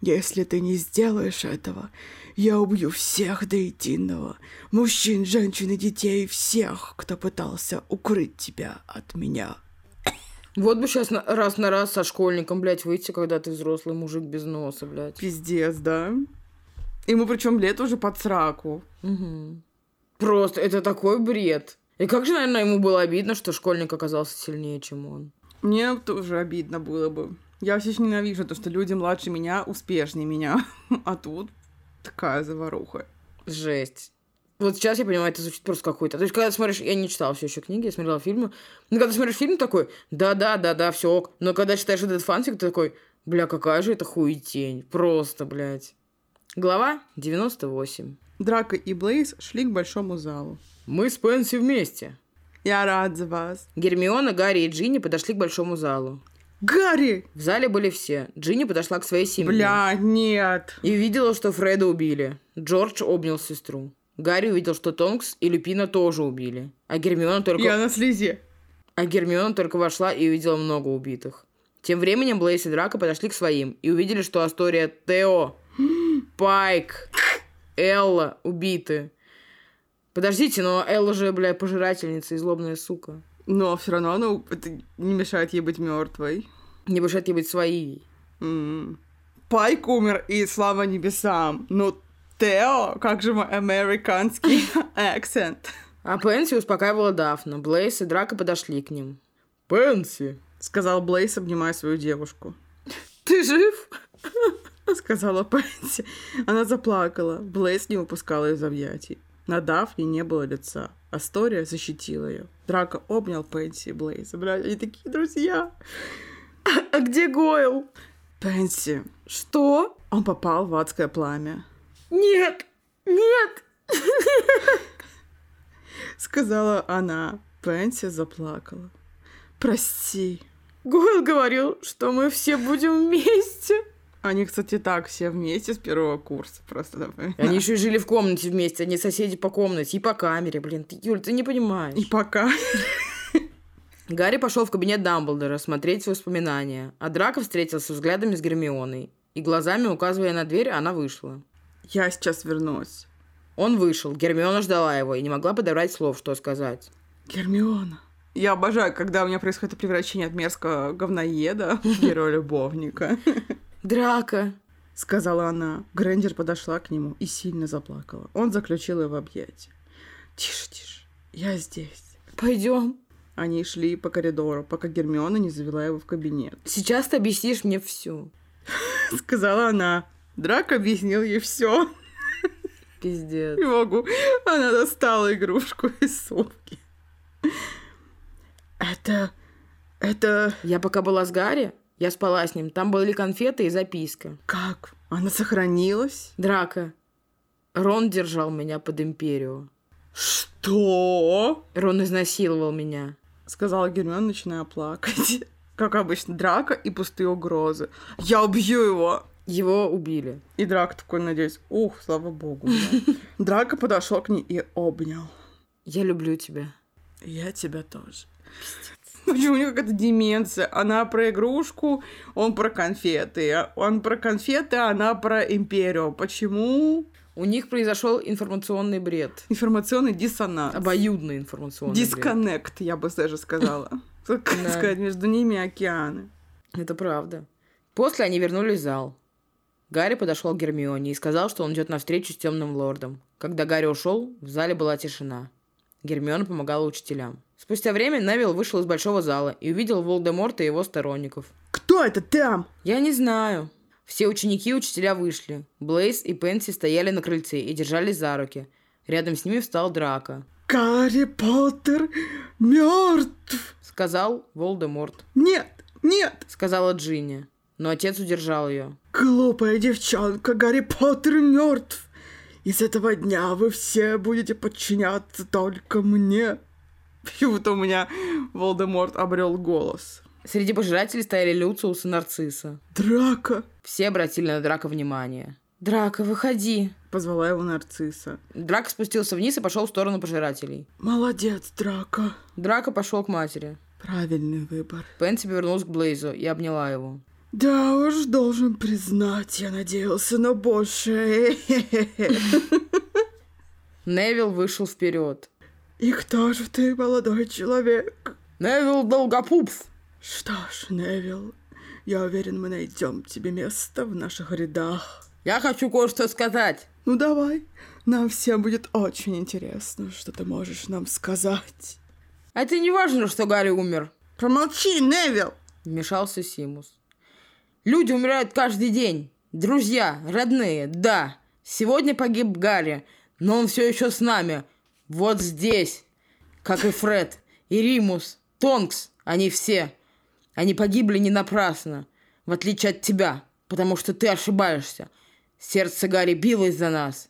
Speaker 1: Если ты не сделаешь этого, я убью всех до единого. Мужчин, женщин и детей, всех, кто пытался укрыть тебя от меня.
Speaker 2: Вот бы сейчас раз на раз со школьником, блядь, выйти, когда ты взрослый мужик без носа, блядь.
Speaker 1: Пиздец, да? Ему причем лет уже под сраку.
Speaker 2: Мгм. Просто это такой бред. И как же, наверное, ему было обидно, что школьник оказался сильнее, чем он.
Speaker 1: Мне тоже обидно было бы. Я все еще ненавижу то, что люди младше меня успешнее меня. А тут такая заваруха.
Speaker 2: Жесть. Вот сейчас я понимаю, это звучит просто какой-то. То есть, когда ты смотришь, я не читала все еще книги, я смотрела фильмы. Но когда ты смотришь фильм такой, да-да-да-да, все ок. Но когда читаешь этот фанфик, ты такой, Бля, какая же это хуетень. Просто, блядь. Глава 98.
Speaker 1: Драка и Блейз шли к большому залу.
Speaker 2: Мы с Пенси вместе.
Speaker 1: Я рад за вас.
Speaker 2: Гермиона, Гарри и Джинни подошли к большому залу.
Speaker 1: Гарри!
Speaker 2: В зале были все. Джинни подошла к своей семье.
Speaker 1: Бля, нет.
Speaker 2: И видела, что Фреда убили. Джордж обнял сестру. Гарри увидел, что Тонкс и Люпина тоже убили. А Гермиона только...
Speaker 1: Я на слезе.
Speaker 2: А Гермиона только вошла и увидела много убитых. Тем временем Блейс и Драко подошли к своим и увидели, что Астория Тео, Пайк, Элла убиты. Подождите, но Элла же, бля, пожирательница и злобная сука.
Speaker 1: Но все равно она это не мешает ей быть мертвой.
Speaker 2: Не мешает ей быть своей.
Speaker 1: М. М-м. Пайк умер, и слава небесам. Но Тео, как же мой американский акцент.
Speaker 2: А Пенси успокаивала Дафна. Блейс и Драко подошли к ним. Пенси!
Speaker 1: Сказал Блейс, обнимая свою девушку.
Speaker 2: Ты жив?
Speaker 1: Сказала Пенси. Она заплакала. Блейс не выпускала из объятий. На Дафне не было лица. Астория защитила ее. Драко обнял Пенси и Блейза. Блядь, они такие друзья.
Speaker 2: А где Гойл?
Speaker 1: Пенси.
Speaker 2: Что?
Speaker 1: Он попал в адское пламя.
Speaker 2: Нет! Нет!
Speaker 1: Сказала она. Пенси заплакала. Прости.
Speaker 2: Гойл говорил, что мы все будем вместе.
Speaker 1: Они, кстати, так все вместе с первого курса, просто напоминаю.
Speaker 2: Они еще и жили в комнате вместе, они соседи по комнате и по камере, блин. Ты, Юль, ты не понимаешь.
Speaker 1: И пока.
Speaker 2: Гарри пошел в кабинет Дамблдора смотреть воспоминания, а Драко встретился взглядами с Гермионой. И глазами, указывая на дверь, она вышла.
Speaker 1: Я сейчас вернусь.
Speaker 2: Он вышел, Гермиона ждала его и не могла подобрать слов, что сказать.
Speaker 1: Гермиона. Я обожаю, когда у меня происходит превращение от мерзкого говноеда в героя-любовника.
Speaker 2: Драко.
Speaker 1: Сказала она. Грэнджер подошла к нему и сильно заплакала. Он заключил ее в объятия. Тише, тише. Я здесь.
Speaker 2: Пойдем.
Speaker 1: Они шли по коридору, пока Гермиона не завела его в кабинет.
Speaker 2: Сейчас ты объяснишь мне все.
Speaker 1: Сказала она. Драк объяснил ей все.
Speaker 2: Пиздец.
Speaker 1: Не могу. Она достала игрушку из сумки. Это... Это...
Speaker 2: Я пока была с Гарри, я спала с ним. Там были конфеты и записка.
Speaker 1: Как? Она сохранилась?
Speaker 2: Драка. Рон держал меня под империю.
Speaker 1: Что?
Speaker 2: Рон изнасиловал меня.
Speaker 1: Сказала Гермиона, начиная плакать. Как обычно, драка и пустые угрозы. Я убью его!
Speaker 2: Его убили.
Speaker 1: И Драка такой, надеюсь, ух, слава богу. бля». Драка подошел к ней и обнял.
Speaker 2: Я люблю тебя.
Speaker 1: Я тебя тоже. Почему у нее какая-то деменция? Она про игрушку, он про конфеты. Он про конфеты, она про империю. Почему?
Speaker 2: У них произошел информационный бред.
Speaker 1: Информационный диссонанс.
Speaker 2: Обоюдный информационный бред.
Speaker 1: Дисконнект, я бы даже сказала. Как
Speaker 2: Да.
Speaker 1: сказать, между ними океаны.
Speaker 2: Это правда. После они вернулись в зал. Гарри подошел к Гермионе и сказал, что он идет навстречу с темным лордом. Когда Гарри ушел, в зале была тишина. Гермиона помогала учителям. Спустя время Невил вышел из большого зала и увидел Волдеморта и его сторонников.
Speaker 1: Кто это там?
Speaker 2: Я не знаю. Все ученики и учителя вышли. Блейз и Пенси стояли на крыльце и держались за руки. Рядом с ними встал Драко.
Speaker 1: Гарри Поттер мертв.
Speaker 2: Сказал Волдеморт.
Speaker 1: Нет, нет,
Speaker 2: Сказала Джинни. Но отец удержал ее.
Speaker 1: глупая девчонка, Гарри Поттер мертв. Из этого дня вы все будете подчиняться только мне. И вот у меня Волдеморт обрел голос.
Speaker 2: Среди пожирателей стояли Люциус и Нарцисса.
Speaker 1: Драка!
Speaker 2: Все обратили на Драко внимание.
Speaker 3: Драка, выходи.
Speaker 1: Позвала его нарцисса.
Speaker 2: Драко спустился вниз и пошел в сторону пожирателей.
Speaker 1: Молодец, Драка.
Speaker 2: Драко пошел к матери.
Speaker 1: Правильный выбор.
Speaker 2: Пенси повернулась к Блейзу и обняла его.
Speaker 1: Да уж, должен признать, я надеялся на большее.
Speaker 2: Невил вышел вперед.
Speaker 1: И кто же ты, молодой человек?
Speaker 2: Невил Долгопупс!
Speaker 1: Что ж, Невил, я уверен, мы найдем тебе место в наших рядах.
Speaker 2: Я хочу кое-что сказать.
Speaker 1: Ну давай, нам всем будет очень интересно, что ты можешь нам сказать.
Speaker 2: А Это не важно, что Гарри умер.
Speaker 1: Промолчи, Невил!
Speaker 2: Вмешался Симус. Люди умирают каждый день. Друзья, родные, да. Сегодня погиб Гарри, но он все еще с нами. Вот здесь. Как и Фред, и Римус, Тонкс, они все. Они погибли не напрасно. в отличие от тебя, потому что ты ошибаешься. Сердце Гарри билось за нас.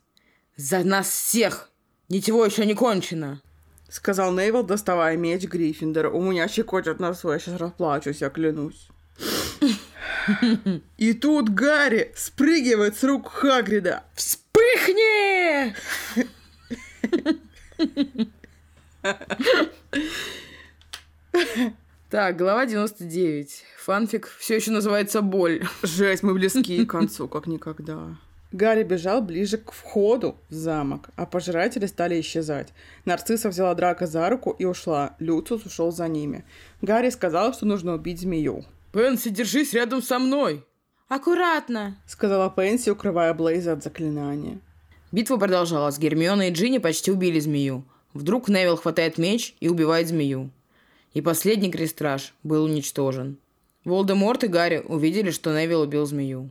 Speaker 2: За нас всех. Ничего еще не кончено.
Speaker 1: — сказал Нейвел, доставая меч Гриффиндора. «У меня щекочет носу, я сейчас расплачусь, я клянусь». И тут Гарри спрыгивает с рук Хагрида.
Speaker 2: Вспыхни! Так, глава 99. Фанфик все еще называется «Боль».
Speaker 1: Жесть, мы близки к концу, как никогда. Гарри бежал ближе к входу в замок, а пожиратели стали исчезать. Нарцисса взяла Драка за руку и ушла. Люциус ушел за ними. Гарри сказал, что нужно убить змею.
Speaker 2: Пенси, держись рядом со мной.
Speaker 3: Аккуратно.
Speaker 1: Сказала Пенси, укрывая Блейза от заклинания.
Speaker 2: Битва продолжалась. Гермиона и Джинни почти убили змею. Вдруг Невил хватает меч и убивает змею. И последний крестраж был уничтожен. Волдеморт и Гарри увидели, что Невил убил змею.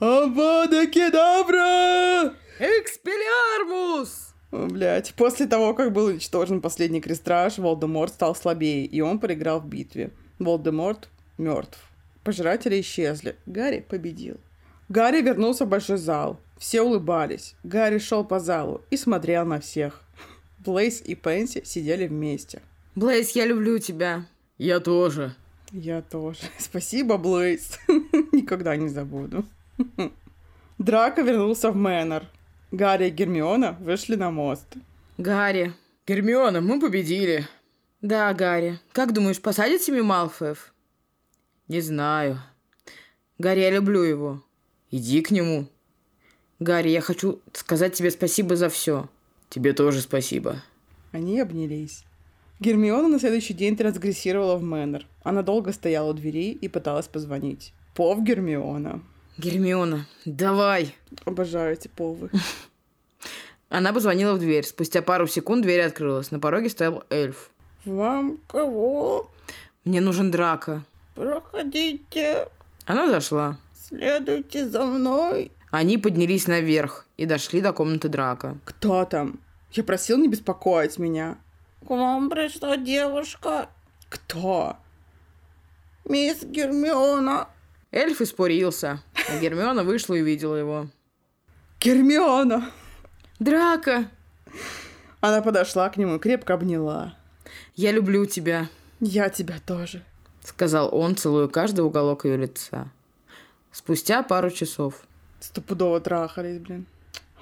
Speaker 1: Авада кедавра!
Speaker 2: Экспелиармус!
Speaker 1: Блять, после того, как был уничтожен последний крестраж, Волдеморт стал слабее, и он проиграл в битве. Волдеморт мертв. Пожиратели исчезли. Гарри победил. Гарри вернулся в большой зал. Все улыбались. Гарри шел по залу и смотрел на всех. Блейс и Пенси сидели вместе.
Speaker 2: Блейз, я люблю тебя. Я тоже.
Speaker 1: Я тоже. Спасибо, Блейс. Никогда не забуду. Драко вернулся в Мэннер. Гарри и Гермиона вышли на мост.
Speaker 2: Гарри. Гермиона, мы победили.
Speaker 3: Да, Гарри. Как думаешь, посадят семи Малфоев?
Speaker 2: Не знаю. Гарри, я люблю его. Иди к нему. Гарри, я хочу сказать тебе спасибо за все. Тебе тоже спасибо.
Speaker 1: Они обнялись. Гермиона на следующий день трансгрессировала в Мэннер. Она долго стояла у двери и пыталась позвонить. Пов Гермиона.
Speaker 2: Гермиона, давай.
Speaker 1: Обожаю эти повы.
Speaker 2: Она позвонила в дверь. Спустя пару секунд дверь открылась. На пороге стоял эльф.
Speaker 1: Вам кого?
Speaker 2: Мне нужен драка.
Speaker 4: Проходите,
Speaker 2: Она зашла.
Speaker 4: следуйте за мной.
Speaker 2: Они поднялись наверх и дошли до комнаты драка.
Speaker 1: Кто там? Я просил не беспокоить меня.
Speaker 4: К вам пришла девушка,
Speaker 1: Кто?
Speaker 4: мисс Гермиона.
Speaker 2: Эльф испурился, а Гермиона вышла и увидела его.
Speaker 1: Гермиона!
Speaker 2: «Драка,
Speaker 1: Она подошла к нему и крепко обняла.
Speaker 2: я люблю тебя»,
Speaker 1: Я тебя тоже.
Speaker 2: — сказал он, целуя каждый уголок ее лица. Спустя пару часов.
Speaker 1: Стопудово трахались, блин.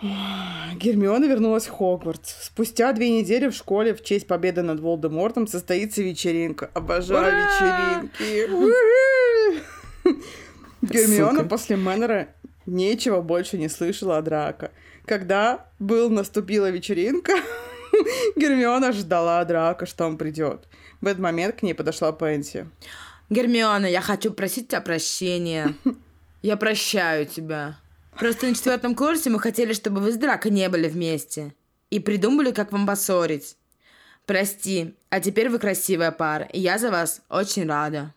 Speaker 1: Ах, Гермиона вернулась в Хогвартс. Спустя две недели в школе в честь победы над Волдемортом состоится вечеринка. Обожаю
Speaker 2: Ура!
Speaker 1: вечеринки. У-ху! Гермиона
Speaker 2: Сука.
Speaker 1: после Мэннера нечего больше не слышала о драка. Когда был наступила вечеринка, Гермиона ждала драка, что он придет. В этот момент к ней подошла Пенси.
Speaker 2: «Гермиона, я хочу просить тебя прощения. Я прощаю тебя.
Speaker 3: Просто на четвертом курсе мы хотели, чтобы вы с Дракой не были вместе. И придумали, как вам поссорить.
Speaker 2: Прости, а теперь вы красивая пара, и я за вас очень рада».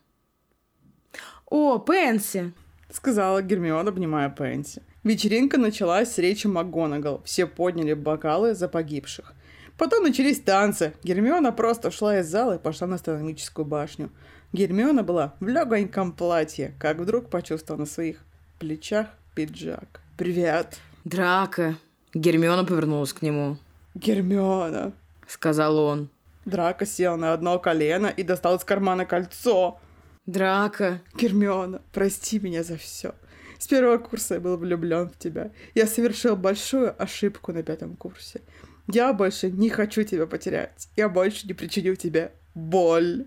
Speaker 3: О, Пенси.
Speaker 1: сказала Гермиона, обнимая Пенси. Вечеринка началась с речи МакГонагал. Все подняли бокалы за погибших. Потом начались танцы. Гермиона просто шла из зала и пошла на астрономическую башню. Гермиона была в легоньком платье, как вдруг почувствовала на своих плечах пиджак. «Привет,
Speaker 2: «Драка». Гермиона повернулась к нему.
Speaker 1: Гермиона!»
Speaker 2: Сказал он.
Speaker 1: Драка села на одно колено и достал из кармана кольцо.
Speaker 2: «Драка,
Speaker 1: Гермиона, прости меня за все. С первого курса я был влюблен в тебя. Я совершил большую ошибку на пятом курсе. Я больше не хочу тебя потерять. Я больше не причиню тебе боль.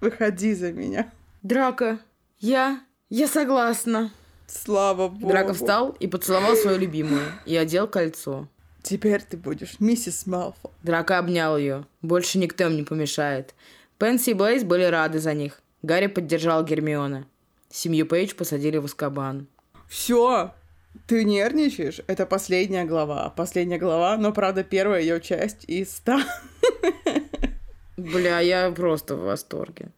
Speaker 1: Выходи за меня.
Speaker 2: Драка, я... Я согласна.
Speaker 1: Слава богу.
Speaker 2: Драко встал и поцеловал свою любимую и одел кольцо.
Speaker 1: Теперь ты будешь миссис Малфо.
Speaker 2: Драко обнял ее. Больше никто им не помешает. Пенси и Блейз были рады за них. Гарри поддержал Гермиона. Семью Пейдж посадили в Аскабан.
Speaker 1: Все, ты нервничаешь? Это последняя глава. Последняя глава, но, правда, первая ее часть из ста.
Speaker 2: Бля, я просто в восторге.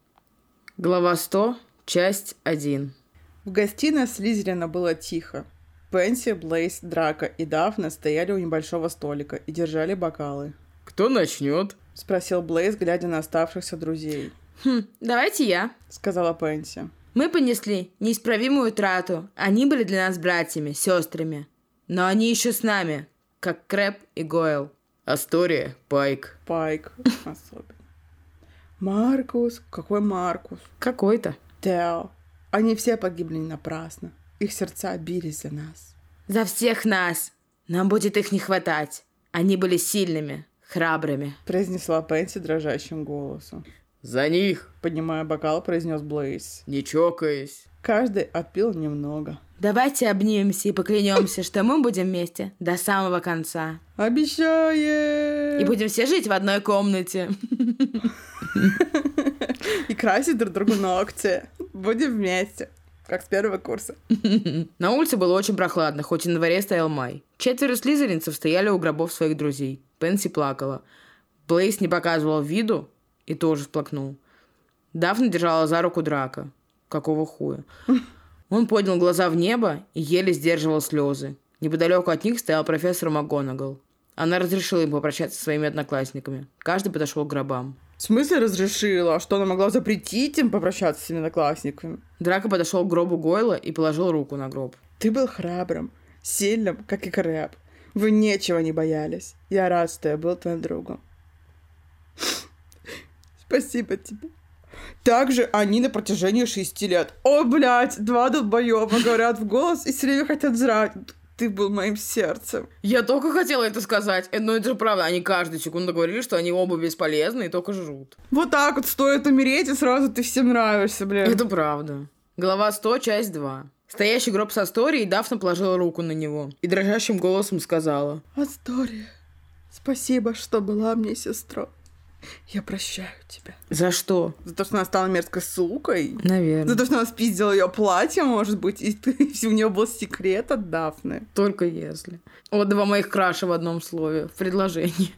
Speaker 2: Глава 100, часть 1.
Speaker 1: В гостиной Слизерина было тихо. Пенси, Блейс, Драко и Дафна стояли у небольшого столика и держали бокалы.
Speaker 2: Кто начнет? Хм,
Speaker 1: Спросил Блейс, глядя на оставшихся друзей.
Speaker 3: Давайте я.
Speaker 1: Сказала Пенси.
Speaker 3: Мы понесли неисправимую трату. Они были для нас братьями, сестрами. Но они еще с нами, как Крэп и Гойл.
Speaker 2: Астория, Пайк.
Speaker 1: Пайк особенно. Маркус. Какой Маркус?
Speaker 2: Какой-то.
Speaker 1: Тео. Они все погибли напрасно. Их сердца бились за нас.
Speaker 3: За всех нас. Нам будет их не хватать. Они были сильными, храбрыми.
Speaker 1: Произнесла Пенси дрожащим голосом.
Speaker 2: За них,
Speaker 1: Поднимая бокал, произнес Блейз.
Speaker 2: не чокаясь.
Speaker 1: Каждый отпил немного.
Speaker 3: Давайте обнимемся и поклянемся, что мы будем вместе до самого конца.
Speaker 1: Обещаем!
Speaker 3: И будем все жить в одной комнате.
Speaker 1: И красить друг другу ногти. Будем вместе. Как с первого курса.
Speaker 2: На улице было очень прохладно, хоть и на дворе стоял май. Четверо слизеринцев стояли у гробов своих друзей. Пенси плакала. Блейс не показывал виду и тоже всплакнул. Дафна держала за руку драка. Какого хуя? Он поднял глаза в небо и еле сдерживал слезы. Неподалеку от них стоял профессор МакГонагал. Она разрешила им попрощаться со своими одноклассниками. Каждый подошел к гробам.
Speaker 1: В смысле разрешила? А Что она могла запретить им попрощаться с одноклассниками?
Speaker 2: Драка подошел к гробу Гойла и положил руку на гроб.
Speaker 1: Ты был храбрым, сильным, как и Крэп. Вы нечего не боялись. Я рад, что я был твоим другом. Спасибо тебе. Также они на протяжении шести лет. О, блядь, два долбоеба говорят в голос и все время хотят зрать. Ты был моим сердцем.
Speaker 2: Я только хотела это сказать. Э, Но это же правда, они каждую секунду говорили, что они оба бесполезны и только жрут.
Speaker 1: Вот так вот стоит умереть, и сразу ты всем нравишься, блядь.
Speaker 2: Это правда. Глава 100, часть 2. Стоящий гроб со историей, Дафна положила руку на него и дрожащим голосом сказала.
Speaker 1: Астория, спасибо, что была мне сестрой. Я прощаю тебя.
Speaker 2: За что?
Speaker 1: За то, что она стала мерзкой сукой. За
Speaker 2: Наверное.
Speaker 1: то, что она спиздила ее платье, может быть, и ты- у нее был секрет от Дафны.
Speaker 2: Только если. Вот два моих краша в одном слове, в предложении.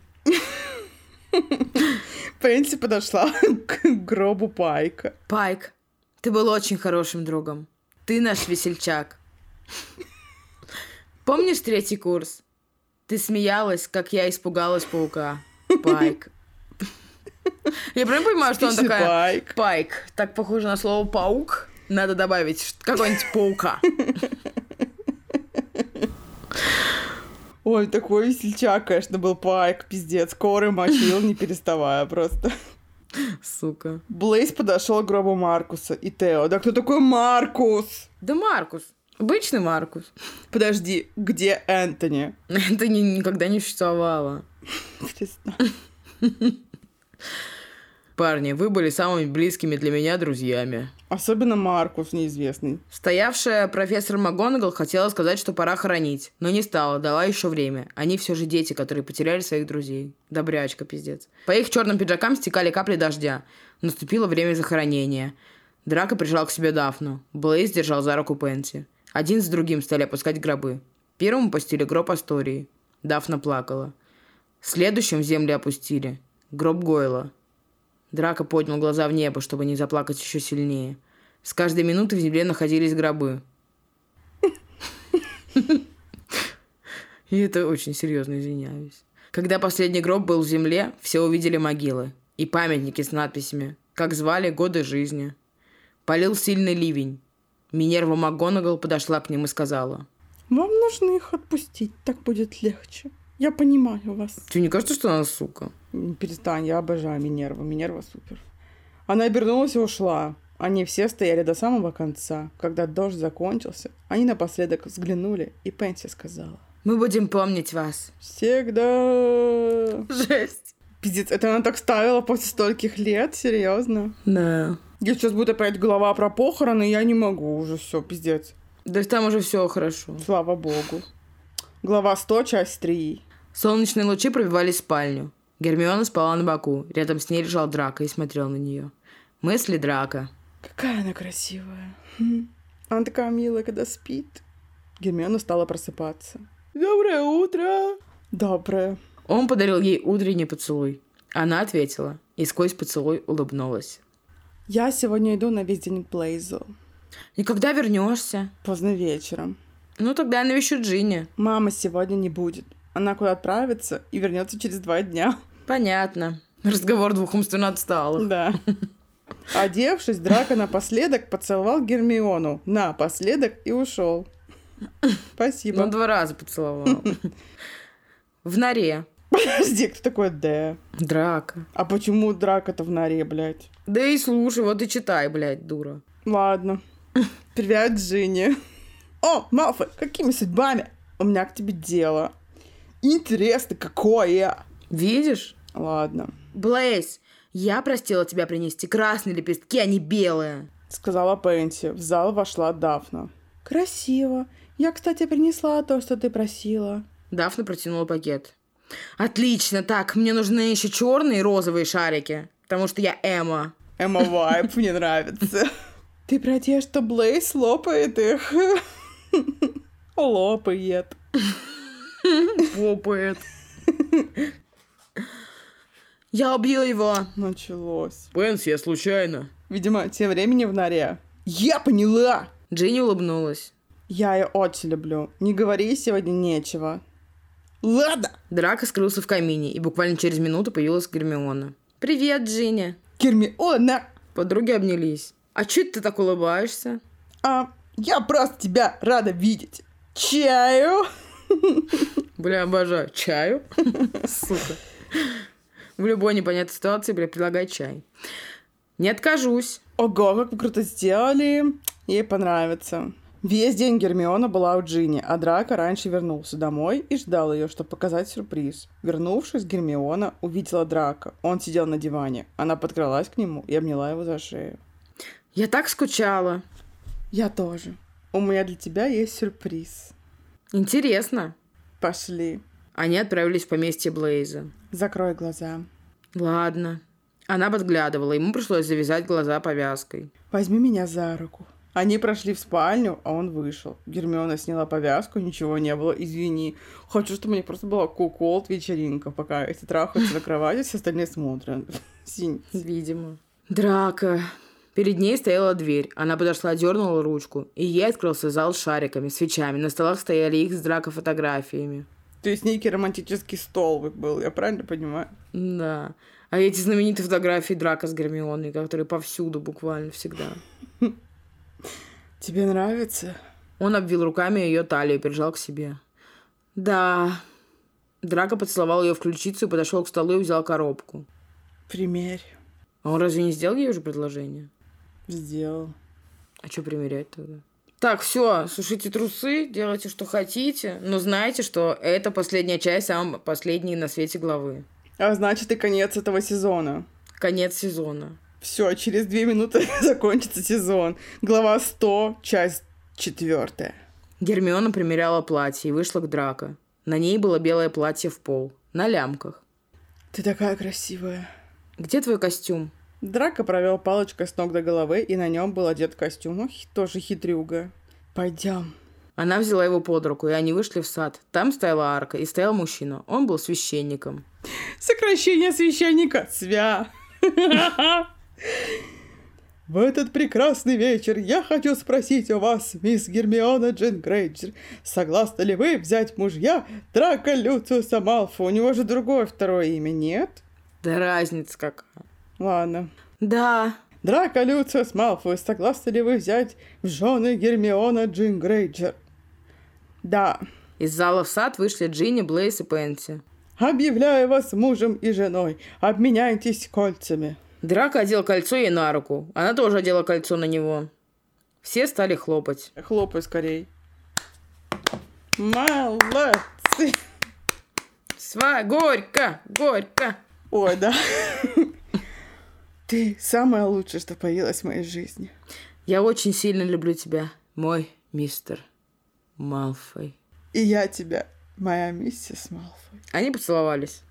Speaker 1: Пенси подошла к гробу Пайка.
Speaker 3: Пайк, ты был очень хорошим другом. Ты наш весельчак. Помнишь третий курс?
Speaker 2: Ты смеялась, как я испугалась паука. Пайк. Я прям понимаю, что она
Speaker 1: Пичи
Speaker 2: такая...
Speaker 1: Пайк.
Speaker 2: Пайк. Так похоже на слово паук. Надо добавить ш- какого-нибудь паука.
Speaker 1: Ой, такой весельчак, конечно, был Пайк, пиздец. Коры мочил, не переставая просто.
Speaker 2: Сука.
Speaker 1: Блейз подошел к гробу Маркуса и Тео. Да кто такой Маркус?
Speaker 2: Да Маркус. Обычный Маркус.
Speaker 1: Подожди, где Энтони?
Speaker 2: Это ни- никогда не существовало.
Speaker 1: Интересно.
Speaker 2: Парни, вы были самыми близкими для меня друзьями.
Speaker 1: Особенно Маркус неизвестный.
Speaker 2: Стоявшая профессор МакГонагал хотела сказать, что пора хоронить, но не стала, дала еще время. Они все же дети, которые потеряли своих друзей. Добрячка, пиздец. По их черным пиджакам стекали капли дождя. Наступило время захоронения. Драка прижал к себе Дафну. Блейз держал за руку Пенси. Один за другим стали опускать гробы. Первому постили гроб Астории. Дафна плакала. Следующим в землю опустили. Гроб Гойла. Драка поднял глаза в небо, чтобы не заплакать еще сильнее. С каждой минуты в земле находились гробы. И это очень серьезно, извиняюсь. Когда последний гроб был в земле, все увидели могилы и памятники с надписями, как звали годы жизни. Полил сильный ливень. Минерва МакГонагал подошла к ним и сказала.
Speaker 1: Вам нужно их отпустить, так будет легче. Я понимаю вас.
Speaker 2: Тебе не кажется, что она сука?
Speaker 1: М, Перестань, я обожаю Минерву. Минерва супер. Она обернулась и ушла. Они все стояли до самого конца. Когда дождь закончился, они напоследок взглянули, и Пенси сказала.
Speaker 3: Мы будем помнить вас.
Speaker 1: Всегда...
Speaker 3: Жесть.
Speaker 1: Пиздец, это она так ставила после стольких лет, серьезно.
Speaker 2: Да.
Speaker 1: Я сейчас будет опять голова про похороны, и я не могу уже, все, пиздец.
Speaker 2: Да там уже все хорошо.
Speaker 1: Слава богу. Глава 100, часть 3.
Speaker 2: Солнечные лучи пробивались в спальню. Гермиона спала на боку. Рядом с ней лежал Драка и смотрел на нее. Мысли Драка.
Speaker 1: Какая она красивая. Хм. Она такая милая, когда спит. Гермиона стала просыпаться. Доброе утро. Доброе.
Speaker 2: Он подарил ей утренний поцелуй. Она ответила и сквозь поцелуй улыбнулась.
Speaker 1: Я сегодня иду на весь день к Блейзу.
Speaker 2: «И когда вернешься?»
Speaker 1: Поздно вечером.
Speaker 2: «Ну, тогда я навещу Джинни».
Speaker 1: Мама сегодня не будет. Она куда отправится и вернется через два дня.
Speaker 2: «Понятно». Разговор двух умственно отсталых.
Speaker 1: Да. Одевшись, Драко напоследок поцеловал Гермиону. Напоследок и ушел.
Speaker 2: Ну,
Speaker 1: Спасибо.
Speaker 2: два раза поцеловал.
Speaker 3: В норе.
Speaker 1: Подожди, кто такой Д?
Speaker 2: Драка.
Speaker 1: А почему Драко-то в норе, блядь?
Speaker 2: Да и слушай, вот и читай, блядь, дура.
Speaker 1: Ладно. Привет, Джинни. О, Малфой, какими судьбами? У меня к тебе дело. Интересно, какое?
Speaker 2: Видишь?
Speaker 1: Ладно,
Speaker 3: Блейз, я простила тебя принести красные лепестки, а не белые.
Speaker 1: сказала Пенси. В зал вошла Дафна. Красиво. Я, кстати, принесла то, что ты просила.
Speaker 2: Дафна протянула пакет.
Speaker 3: Отлично, так, мне нужны еще черные и розовые шарики, потому что я Эмма.
Speaker 1: Эмма Вайп мне нравится. Ты про те, что Блейс лопает их. Лопает.
Speaker 2: Попает.
Speaker 3: Я убью его.
Speaker 1: Началось.
Speaker 2: Пенс, я случайно.
Speaker 1: Видимо, тем временем в норе. Я поняла!
Speaker 2: Джинни улыбнулась.
Speaker 1: Я ее очень люблю. Не говори сегодня нечего. Ладно,
Speaker 2: Драка скрылся в камине, и буквально через минуту появилась Гермиона.
Speaker 3: Привет, Джинни.
Speaker 1: Гермиона,
Speaker 2: Подруги обнялись. А че это ты так улыбаешься?
Speaker 1: а я просто тебя рада видеть. Чаю?
Speaker 2: Бля, обожаю. Чаю? Сука. В любой непонятной ситуации, бля, предлагай чай. Не откажусь.
Speaker 1: Ого, как вы круто сделали. Ей понравится. Весь день Гермиона была у Джинни, а Драко раньше вернулся домой и ждал ее, чтобы показать сюрприз. Вернувшись, Гермиона увидела Драко. Он сидел на диване. Она подкралась к нему и обняла его за шею.
Speaker 2: Я так скучала.
Speaker 1: «Я тоже. У меня для тебя есть сюрприз.
Speaker 2: Интересно.
Speaker 1: Пошли.
Speaker 2: Они отправились в поместье Блейза.
Speaker 1: Закрой глаза.
Speaker 2: Ладно. Она подглядывала, ему пришлось завязать глаза повязкой.
Speaker 1: Возьми меня за руку». Они прошли в спальню, а он вышел. Гермиона сняла повязку, ничего не было, извини. Хочу, чтобы у них просто была куколт вечеринка, пока эти трахаются на кровати, все остальные смотрят. Синь.
Speaker 2: Видимо. Драка. Перед ней стояла дверь. Она подошла, дернула ручку. И ей открылся зал с шариками, свечами. На столах стояли их с драка фотографиями.
Speaker 1: То есть некий романтический стол был, я правильно понимаю?
Speaker 2: Да. А эти знаменитые фотографии драка с Гермионой, которые повсюду буквально всегда.
Speaker 1: Тебе нравится?
Speaker 2: Он обвил руками ее талию и прижал к себе. Да. Драка поцеловал ее в ключицу и подошел к столу и взял коробку.
Speaker 1: Примерь.
Speaker 2: А он разве не сделал ей уже предложение?
Speaker 1: Сделал.
Speaker 2: А что примерять тогда? Так, все, сушите трусы, делайте, что хотите, но знайте, что это последняя часть, самой последней на свете главы.
Speaker 1: А значит и конец этого сезона.
Speaker 2: Конец сезона.
Speaker 1: Все, через две минуты закончится сезон. Глава 100, часть четвертая.
Speaker 2: Гермиона примеряла платье и вышла к Драко. На ней было белое платье в пол, на лямках.
Speaker 1: Ты такая красивая.
Speaker 2: Где твой костюм?
Speaker 1: Драко провел палочкой с ног до головы, и на нем был одет костюм, Ох, тоже хитрюга. Пойдем.
Speaker 2: Она взяла его под руку, и они вышли в сад. Там стояла арка, и стоял мужчина. Он был священником.
Speaker 1: Сокращение священника свя. В этот прекрасный вечер я хочу спросить у вас, мисс Гермиона Джин Грейджер, согласны ли вы взять в мужья Драко Люциуса Малфа? У него же другое второе имя, нет?
Speaker 2: Да разница какая.
Speaker 1: Ладно.
Speaker 2: Да,
Speaker 1: Драко Люциус Малфой, согласны ли вы взять в жены Гермиона Джин Грейджер? Да.
Speaker 2: из зала в сад вышли Джинни, Блейс и Пенси.
Speaker 1: Объявляю вас мужем и женой. Обменяйтесь кольцами.
Speaker 2: Драка одел кольцо ей на руку. Она тоже одела кольцо на него. Все стали хлопать.
Speaker 1: Хлопай скорей. Молодцы.
Speaker 2: Сва, горько, горько.
Speaker 1: Ой, да. Ты самое лучшее, что появилось в моей жизни.
Speaker 2: Я очень сильно люблю тебя, мой мистер Малфой.
Speaker 1: И я тебя, моя миссис Малфой.
Speaker 2: Они поцеловались.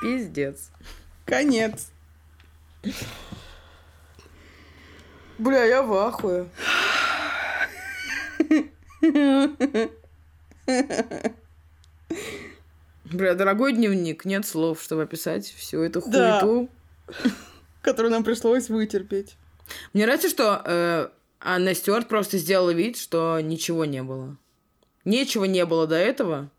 Speaker 2: Пиздец.
Speaker 1: Конец.
Speaker 2: Бля, я в ахуе. Бля, дорогой дневник, нет слов, чтобы описать всю эту
Speaker 1: Да.
Speaker 2: хуету.
Speaker 1: Который нам пришлось вытерпеть.
Speaker 2: Мне нравится, что э, Анна Стюарт просто сделала вид, что ничего не было. Нечего не было до этого,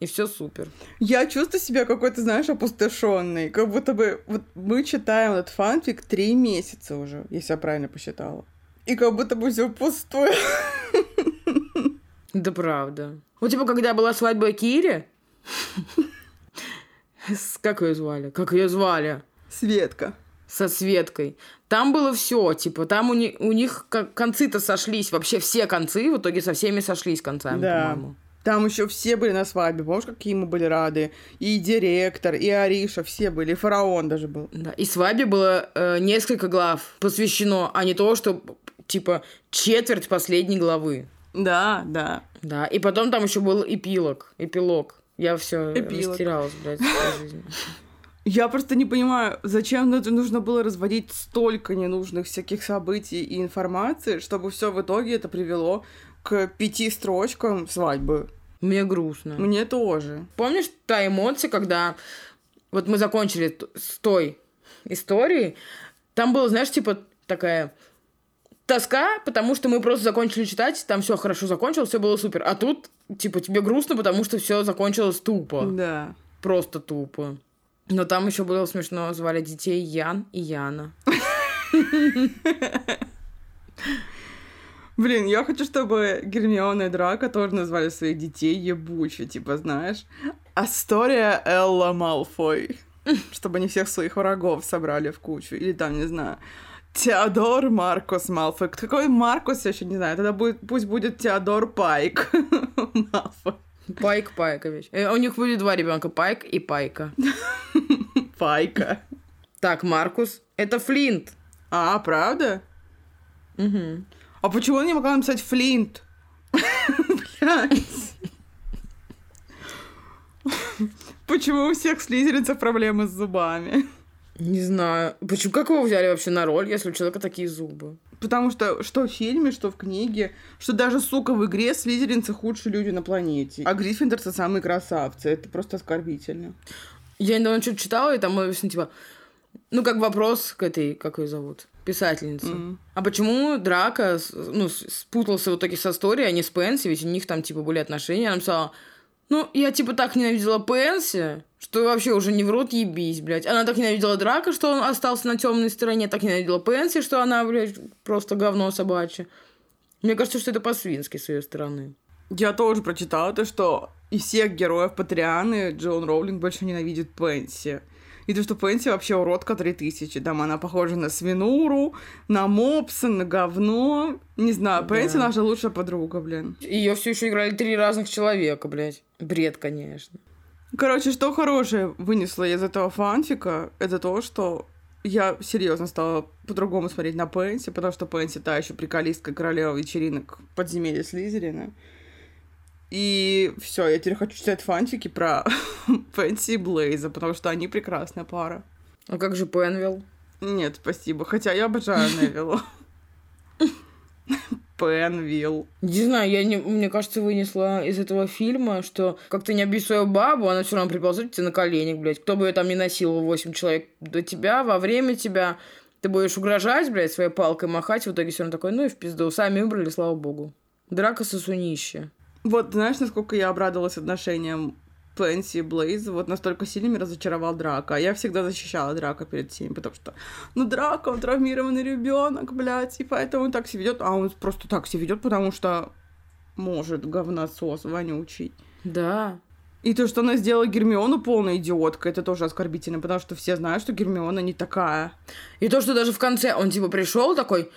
Speaker 2: И все супер.
Speaker 1: Я чувствую себя какой-то, знаешь, опустошенной. Как будто бы вот мы читаем этот фанфик три месяца уже, если я правильно посчитала. И как будто бы все пустое.
Speaker 2: Да правда. Вот типа, когда была свадьба Кири, с- как ее звали? Как ее звали?
Speaker 1: Светка.
Speaker 2: Со Светкой. Там было все, типа, там у, ни- у них ко- концы-то сошлись, вообще все концы, в итоге со всеми сошлись концами,
Speaker 1: Да.
Speaker 2: по-моему.
Speaker 1: Там еще все были на свадьбе, помнишь, какие мы были рады? И директор, и Ариша, все были, и фараон даже был.
Speaker 2: Да. И свадьбе было э, несколько глав посвящено, а не то, что, типа, четверть последней главы.
Speaker 1: Да, да.
Speaker 2: Да, и потом там еще был эпилог, эпилог. Я все
Speaker 1: Эпилог.
Speaker 2: растерялась, блядь, в своей жизни.
Speaker 1: Я просто не понимаю, зачем ну- нужно было разводить столько ненужных всяких событий и информации, чтобы все в итоге это привело к пяти строчкам свадьбы.
Speaker 2: Мне грустно.
Speaker 1: Мне тоже.
Speaker 2: Помнишь та эмоция, когда вот мы закончили т- с той историей, там было, знаешь, типа такая тоска, потому что мы просто закончили читать, там все хорошо закончилось, все было супер. А тут, типа, тебе грустно, потому что все закончилось тупо.
Speaker 1: Да.
Speaker 2: Просто тупо. Но там еще было смешно, звали детей Ян и Яна.
Speaker 1: Блин, я хочу, чтобы Гермиона и Драка тоже назвали своих детей ебучи, типа, знаешь. Астория Элла Малфой. Чтобы они всех своих врагов собрали в кучу. Или там, не знаю, Теодор Маркус Малфой. Кто Какой Маркус, я еще не знаю. Тогда будет, пусть будет Теодор Пайк Малфой.
Speaker 2: Пайк Пайкович. Э, У них были два ребенка, Пайк и Пайка.
Speaker 1: Пайка.
Speaker 2: Так, Маркус. Это Флинт.
Speaker 1: А, правда?
Speaker 2: Мгм.
Speaker 1: А почему я не могла написать Флинт? Блядь. Почему у всех слизеринцев проблемы с зубами?
Speaker 2: Не знаю. Почему как его взяли вообще на роль, если у человека такие зубы?
Speaker 1: Потому что что в фильме, что в книге, что даже, сука, в игре слизеринцы худшие люди на планете. А гриффиндорцы самые красавцы. Это просто оскорбительно.
Speaker 2: Я недавно что-то читала, и там было написано, типа, ну, как вопрос к этой, как ее зовут, писательнице.
Speaker 1: Мгм.
Speaker 2: А почему Драка, с- ну, с- спутался в итоге со Стори, а не с Пенси, ведь у них там, типа, были отношения. Она написала, ну, я, типа, так ненавидела Пенси, что вообще уже не в рот ебись, блядь. Она так ненавидела Драка, что он остался на темной стороне, так ненавидела Пенси, что она, блядь, просто говно собачье. Мне кажется, что это по-свински с ее стороны.
Speaker 1: Я тоже прочитала то, что из всех героев Патрианы Джон Роулинг больше ненавидит Пенси. И то, что Пенси вообще уродка 3000. Там она похожа на свинуру, на мопса, на говно. Не знаю,
Speaker 2: Да.
Speaker 1: Пенси наша лучшая подруга, блин.
Speaker 2: Ее все еще играли три разных человека, блядь. Бред, конечно.
Speaker 1: Короче, что хорошее вынесла из этого фанфика, это то, что я серьезно стала по-другому смотреть на Пенси, потому что Пенси та еще приколистка королева вечеринок подземелья Слизерина. И все, я теперь хочу читать фанфики про Пенси и Блейза, потому что они прекрасная пара.
Speaker 2: А как же Пенвилл?
Speaker 1: Нет, спасибо. Хотя я обожаю Невилла. Пенвилл.
Speaker 2: Не знаю, я не, мне кажется, вынесла из этого фильма, что как ты не обидишь свою бабу, она все равно приползет к тебе на коленях, блядь. Кто бы ее там не носил, 8 человек до тебя, во время тебя, ты будешь угрожать, блядь, своей палкой махать, в итоге все равно такой, ну и в пизду, сами выбрали, слава богу. Драка сосунище.
Speaker 1: Вот знаешь, насколько я обрадовалась отношениям Пенси и Блейза, вот настолько сильно меня разочаровал Драка. А Я всегда защищала Драка перед всеми, потому что, ну, Драка, он травмированный ребенок, блядь, и поэтому он так себя ведет, а он просто так себя ведет, потому что может говносос вонючий.
Speaker 2: Да.
Speaker 1: И то, что она сделала Гермиону полной идиоткой, это тоже оскорбительно, потому что все знают, что Гермиона не такая.
Speaker 2: И то, что даже в конце он типа пришел такой,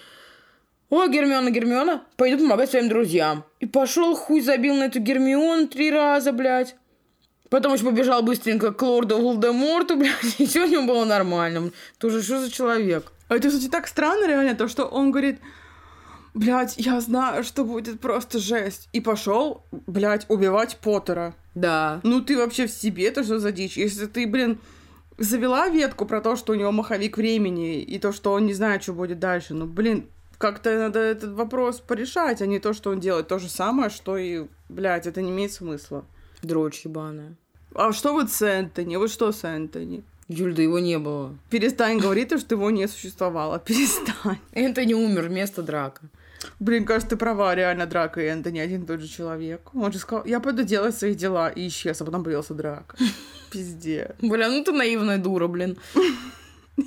Speaker 2: о, Гермиона, Гермиона, пойду помогать своим друзьям. И пошел, хуй забил на эту Гермиону три раза, блядь. Потом еще побежал быстренько к лорду Волдеморту, блядь, и все у него было нормально. Тоже что за человек?
Speaker 1: А это, кстати, так странно реально, то, что он говорит, блядь, я знаю, что будет просто жесть. И пошел, блядь, убивать Поттера.
Speaker 2: Да.
Speaker 1: Ну ты вообще в себе, это что за дичь? Если ты, блин, завела ветку про то, что у него маховик времени, и то, что он не знает, что будет дальше, ну, блин, как-то надо этот вопрос порешать, а не то, что он делает то же самое, что и, блядь, это не имеет смысла.
Speaker 2: Дрочь ебаная.
Speaker 1: А что вот с Энтони? Вот что с Энтони?
Speaker 2: Юль, да его не было.
Speaker 1: Перестань говорить, то, что его не существовало. Перестань.
Speaker 2: Это не умер, вместо драка.
Speaker 1: Блин, кажется, ты права, реально Драка и Энда не один и тот же человек. Он же сказал, я пойду делать свои дела, и исчез, а потом появился Драка. Пиздец.
Speaker 2: Бля, ну ты наивная дура, блин.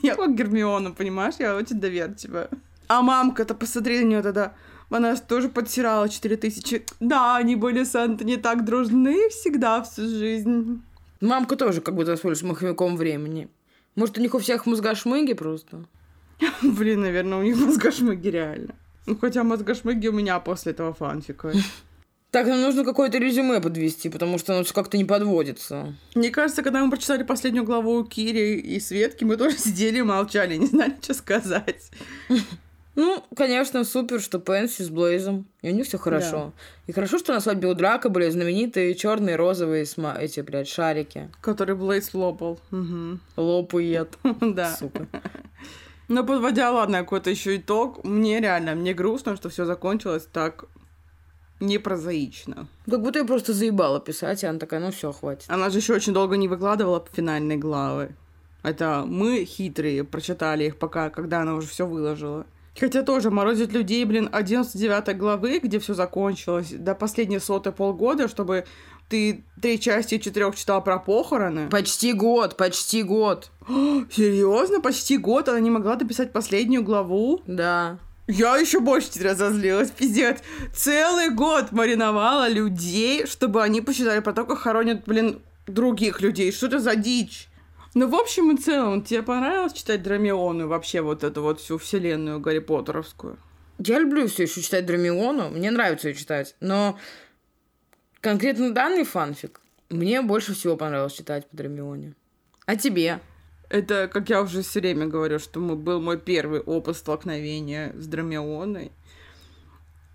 Speaker 1: Я как Гермиона, понимаешь? Я очень доверчивая. А мамка-то, посмотри на нее тогда. Она ж тоже подтирала четыре тысячи. Да, они были с Энтони так дружны всегда всю жизнь.
Speaker 2: Мамка тоже как будто воспользуется маховиком времени. Может, у них у всех мозгошмыги просто?
Speaker 1: Блин, наверное, у них мозгошмыги реально. Ну, хотя мозгошмыги у меня после этого фанфика.
Speaker 2: Так, нам нужно какое-то резюме подвести, потому что оно всё как-то не подводится.
Speaker 1: Мне кажется, когда мы прочитали последнюю главу у Кири и Светки, мы тоже сидели и молчали, не знали, что сказать.
Speaker 2: Ну, конечно, супер, что Пенси с Блейзом. И у них все хорошо. И хорошо, что на свадьбе у Драка были знаменитые черные, розовые сма- эти, блядь, шарики.
Speaker 1: Который Блейд лопал. Мгм.
Speaker 2: Лопует.
Speaker 1: Да.
Speaker 2: Сука.
Speaker 1: Но подводя, ладно, какой-то еще итог, мне реально, мне грустно, что все закончилось так непрозаично.
Speaker 2: Как будто я просто заебала писать, и она такая, ну все, хватит.
Speaker 1: Она же еще очень долго не выкладывала финальные главы. Это мы хитрые прочитали их пока, когда она уже все выложила. Хотя тоже морозит людей, блин, 11-9 главы, где все закончилось, до последней сотой полгода, чтобы ты три части четырех читал про похороны.
Speaker 2: Почти год, почти год.
Speaker 1: Серьезно, почти год она не могла дописать последнюю главу.
Speaker 2: Да.
Speaker 1: Я еще больше теперь разозлилась, пиздец. Целый год мариновала людей, чтобы они посчитали про то, как хоронят, блин, других людей. Что это за дичь? Ну, в общем и целом, тебе понравилось читать Драмиону и вообще вот эту вот всю вселенную Гарри Поттеровскую?
Speaker 2: Я люблю все еще читать Драмиону, мне нравится ее читать, но конкретно данный фанфик мне больше всего понравилось читать по Драмионе. А тебе?
Speaker 1: Это, как я уже все время говорю, что мы, был мой первый опыт столкновения с Драмионой.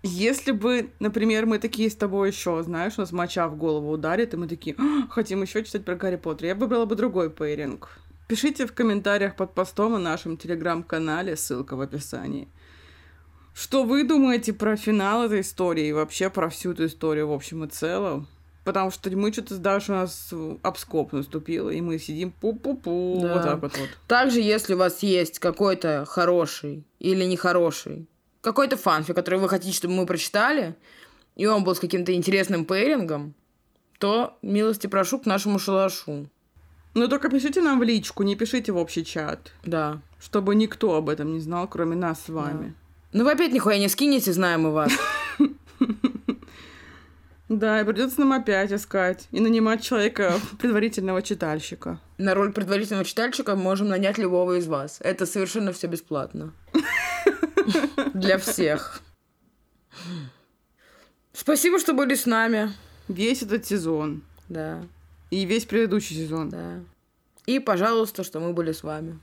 Speaker 1: Если бы, например, мы такие с тобой еще, знаешь, у нас моча в голову ударит, и мы такие, «А, хотим еще читать про Гарри Поттер, я выбрала бы другой пейринг. Пишите в комментариях под постом на нашем телеграм-канале, ссылка в описании. Что вы думаете про финал этой истории и вообще про всю эту историю в общем и целом? Потому что мы что-то с Дашей у нас э, об скоб наступило, и мы сидим пу-пу-пу,
Speaker 2: Да.
Speaker 1: вот так вот. вот.
Speaker 2: Также, если у вас есть какой-то хороший или нехороший, какой-то фанфик, который вы хотите, чтобы мы прочитали, и он был с каким-то интересным пейрингом, то милости прошу к нашему шалашу.
Speaker 1: Но Ну, только пишите нам в личку, не пишите в общий чат,
Speaker 2: Да.
Speaker 1: чтобы никто об этом не знал, кроме нас с вами.
Speaker 2: Ну вы опять нихуя не скинете, знаем мы вас.
Speaker 1: Да, и придется нам опять искать и нанимать человека предварительного читальщика.
Speaker 2: На роль предварительного читальщика можем нанять любого из вас. Это совершенно все бесплатно. Для всех. Спасибо, что были с нами.
Speaker 1: Весь этот сезон
Speaker 2: Да,
Speaker 1: и весь предыдущий сезон.
Speaker 2: да. И, пожалуйста, что мы были с вами.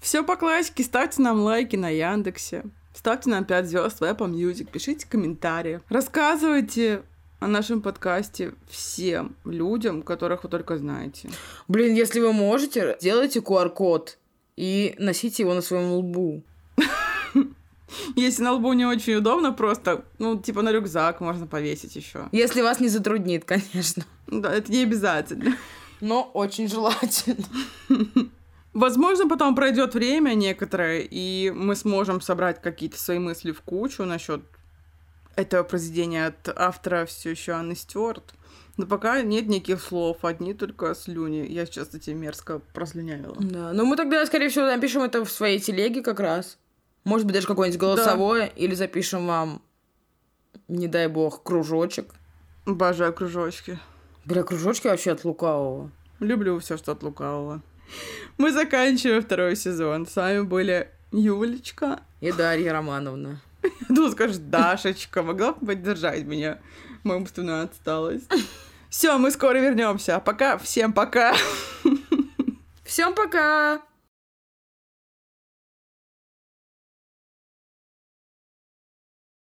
Speaker 1: Все по классике. Ставьте нам лайки на Яндексе. Ставьте нам 5 звезд в Apple Music. Пишите комментарии. Рассказывайте о нашем подкасте всем людям, которых вы только знаете.
Speaker 2: Блин, если вы можете, делайте QR-код и носите его на своем лбу.
Speaker 1: Если на лбу не очень удобно, просто, ну, типа на рюкзак можно повесить еще.
Speaker 2: Если вас не затруднит, конечно.
Speaker 1: Да, это не обязательно.
Speaker 2: Но очень желательно.
Speaker 1: Возможно, потом пройдет время некоторое, и мы сможем собрать какие-то свои мысли в кучу насчет этого произведения от автора все еще Анны Стюарт. Но пока нет никаких слов, одни только слюни. Я сейчас, кстати, мерзко прослюнявила.
Speaker 2: Да, ну мы тогда, скорее всего, напишем это в своей телеге как раз. Может быть, даже какое-нибудь голосовое, или запишем вам, не дай бог, кружочек.
Speaker 1: Обожаю кружочки.
Speaker 2: Бля, кружочки вообще от лукавого.
Speaker 1: Люблю все, что от лукавого. Мы заканчиваем второй сезон. С вами были Юлечка.
Speaker 2: И Дарья Романовна.
Speaker 1: Ну, скажешь, Дашечка, могла бы поддержать меня? Моя умственная отсталость. Все, мы скоро вернемся. Пока, всем пока.
Speaker 2: Всем пока!